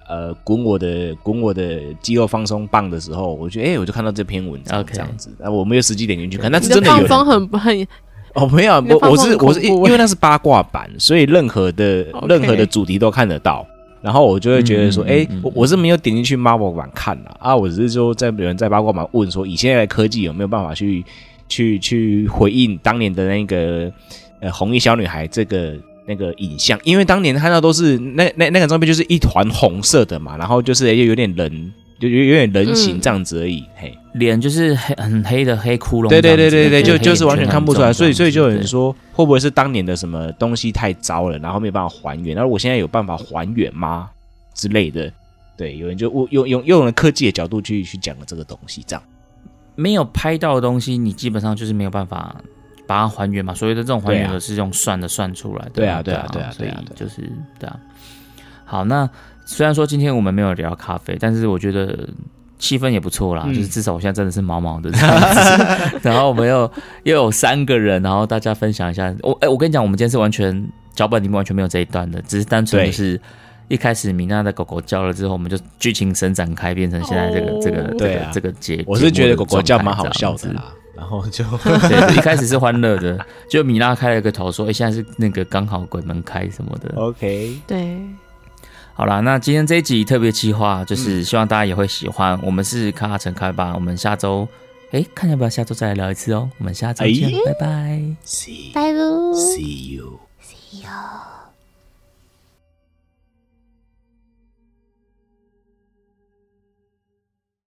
Speaker 3: 呃滚我的滚我的肌肉放松棒的时候，我觉得哎、我就看到这篇文章
Speaker 2: OK
Speaker 3: 这样子，啊，我没有实际点进去看，但
Speaker 1: 你
Speaker 3: 是
Speaker 1: 的
Speaker 3: 真的有
Speaker 1: 放
Speaker 3: 人
Speaker 1: 松很很
Speaker 3: 哦，没有啊，
Speaker 1: 你的
Speaker 3: 我
Speaker 1: 放
Speaker 3: 我
Speaker 1: 松
Speaker 3: 是
Speaker 1: 很
Speaker 3: 我是
Speaker 1: 恐
Speaker 3: 因
Speaker 1: 怖
Speaker 3: 因为那是八卦版，所以任何的
Speaker 1: OK
Speaker 3: 任何的主题都看得到。然后我就会觉得说，
Speaker 2: 嗯嗯
Speaker 3: 哎、
Speaker 2: 嗯
Speaker 3: 我我是没有点进去 Marvel 版看了啊，我只是说在有人在八卦版问说，以现在的科技有没有办法去去去回应当年的那个呃红衣小女孩这个那个影像？因为当年看到都是那那那个照片就是一团红色的嘛，然后就是又有点人，就有有点人形
Speaker 1: 嗯
Speaker 3: 这样子而已，嘿。
Speaker 2: 脸就是黑很黑的黑窟窿这
Speaker 3: 对
Speaker 2: 样子，
Speaker 3: 对对对对，
Speaker 2: 黑
Speaker 3: 就
Speaker 2: 眼
Speaker 3: 就是完
Speaker 2: 圈
Speaker 3: 全
Speaker 2: 很
Speaker 3: 看不出
Speaker 2: 重
Speaker 3: 来，所以
Speaker 2: 这样
Speaker 3: 所以
Speaker 2: 子
Speaker 3: 就有人
Speaker 2: 对
Speaker 3: 说，会不会是当年的什么东西太糟了，然后没办法还原，然后我现在有办法还原吗之类的？对，有人就用用用用了科技的角度去去讲了这个东西，这样
Speaker 2: 没有拍到的东西，你基本上就是没有办法把它还原嘛。所谓的这种还原
Speaker 3: 对
Speaker 2: 的
Speaker 3: 啊
Speaker 2: 是用算的算出来的。
Speaker 3: 对啊
Speaker 2: 对
Speaker 3: 对啊
Speaker 2: 所
Speaker 3: 对
Speaker 2: 以
Speaker 3: 啊对啊
Speaker 2: 就是对啊。好，那虽然说今天我们没有聊咖啡，但是我觉得。气氛也不错啦，
Speaker 3: 嗯
Speaker 2: 就是至少我现在真的是毛毛的这样子
Speaker 3: *laughs*
Speaker 2: 然后我们又又有三个人，然后大家分享一下。我哎、我跟你讲，我们今天是完全脚本里面完全没有这一段的，只是单纯
Speaker 3: 对
Speaker 2: 就是一开始米娜的狗狗叫了之后，我们就剧情伸展开，变成现在这个、这个这
Speaker 3: 对
Speaker 2: 个
Speaker 3: 啊
Speaker 2: 这个结
Speaker 3: 我是觉得狗狗叫蛮
Speaker 2: 蛮
Speaker 3: 好笑的。啦，然后 *laughs* 就
Speaker 2: 对，一开始是欢乐的，就米拉开了个头说：“哎、现在是那个刚好鬼门开什么的。
Speaker 3: 哦 OK，
Speaker 1: 对，
Speaker 2: 好啦，那今天这一集特别企划，
Speaker 3: 嗯
Speaker 2: 就是希望大家也会喜欢。我们是卡卡城开吧，我们下周哎、看要不要下周再来聊一次哦。我们下周见，
Speaker 3: 哎
Speaker 2: 拜拜。
Speaker 3: see
Speaker 1: 拜喽。
Speaker 3: see you。
Speaker 4: 哟。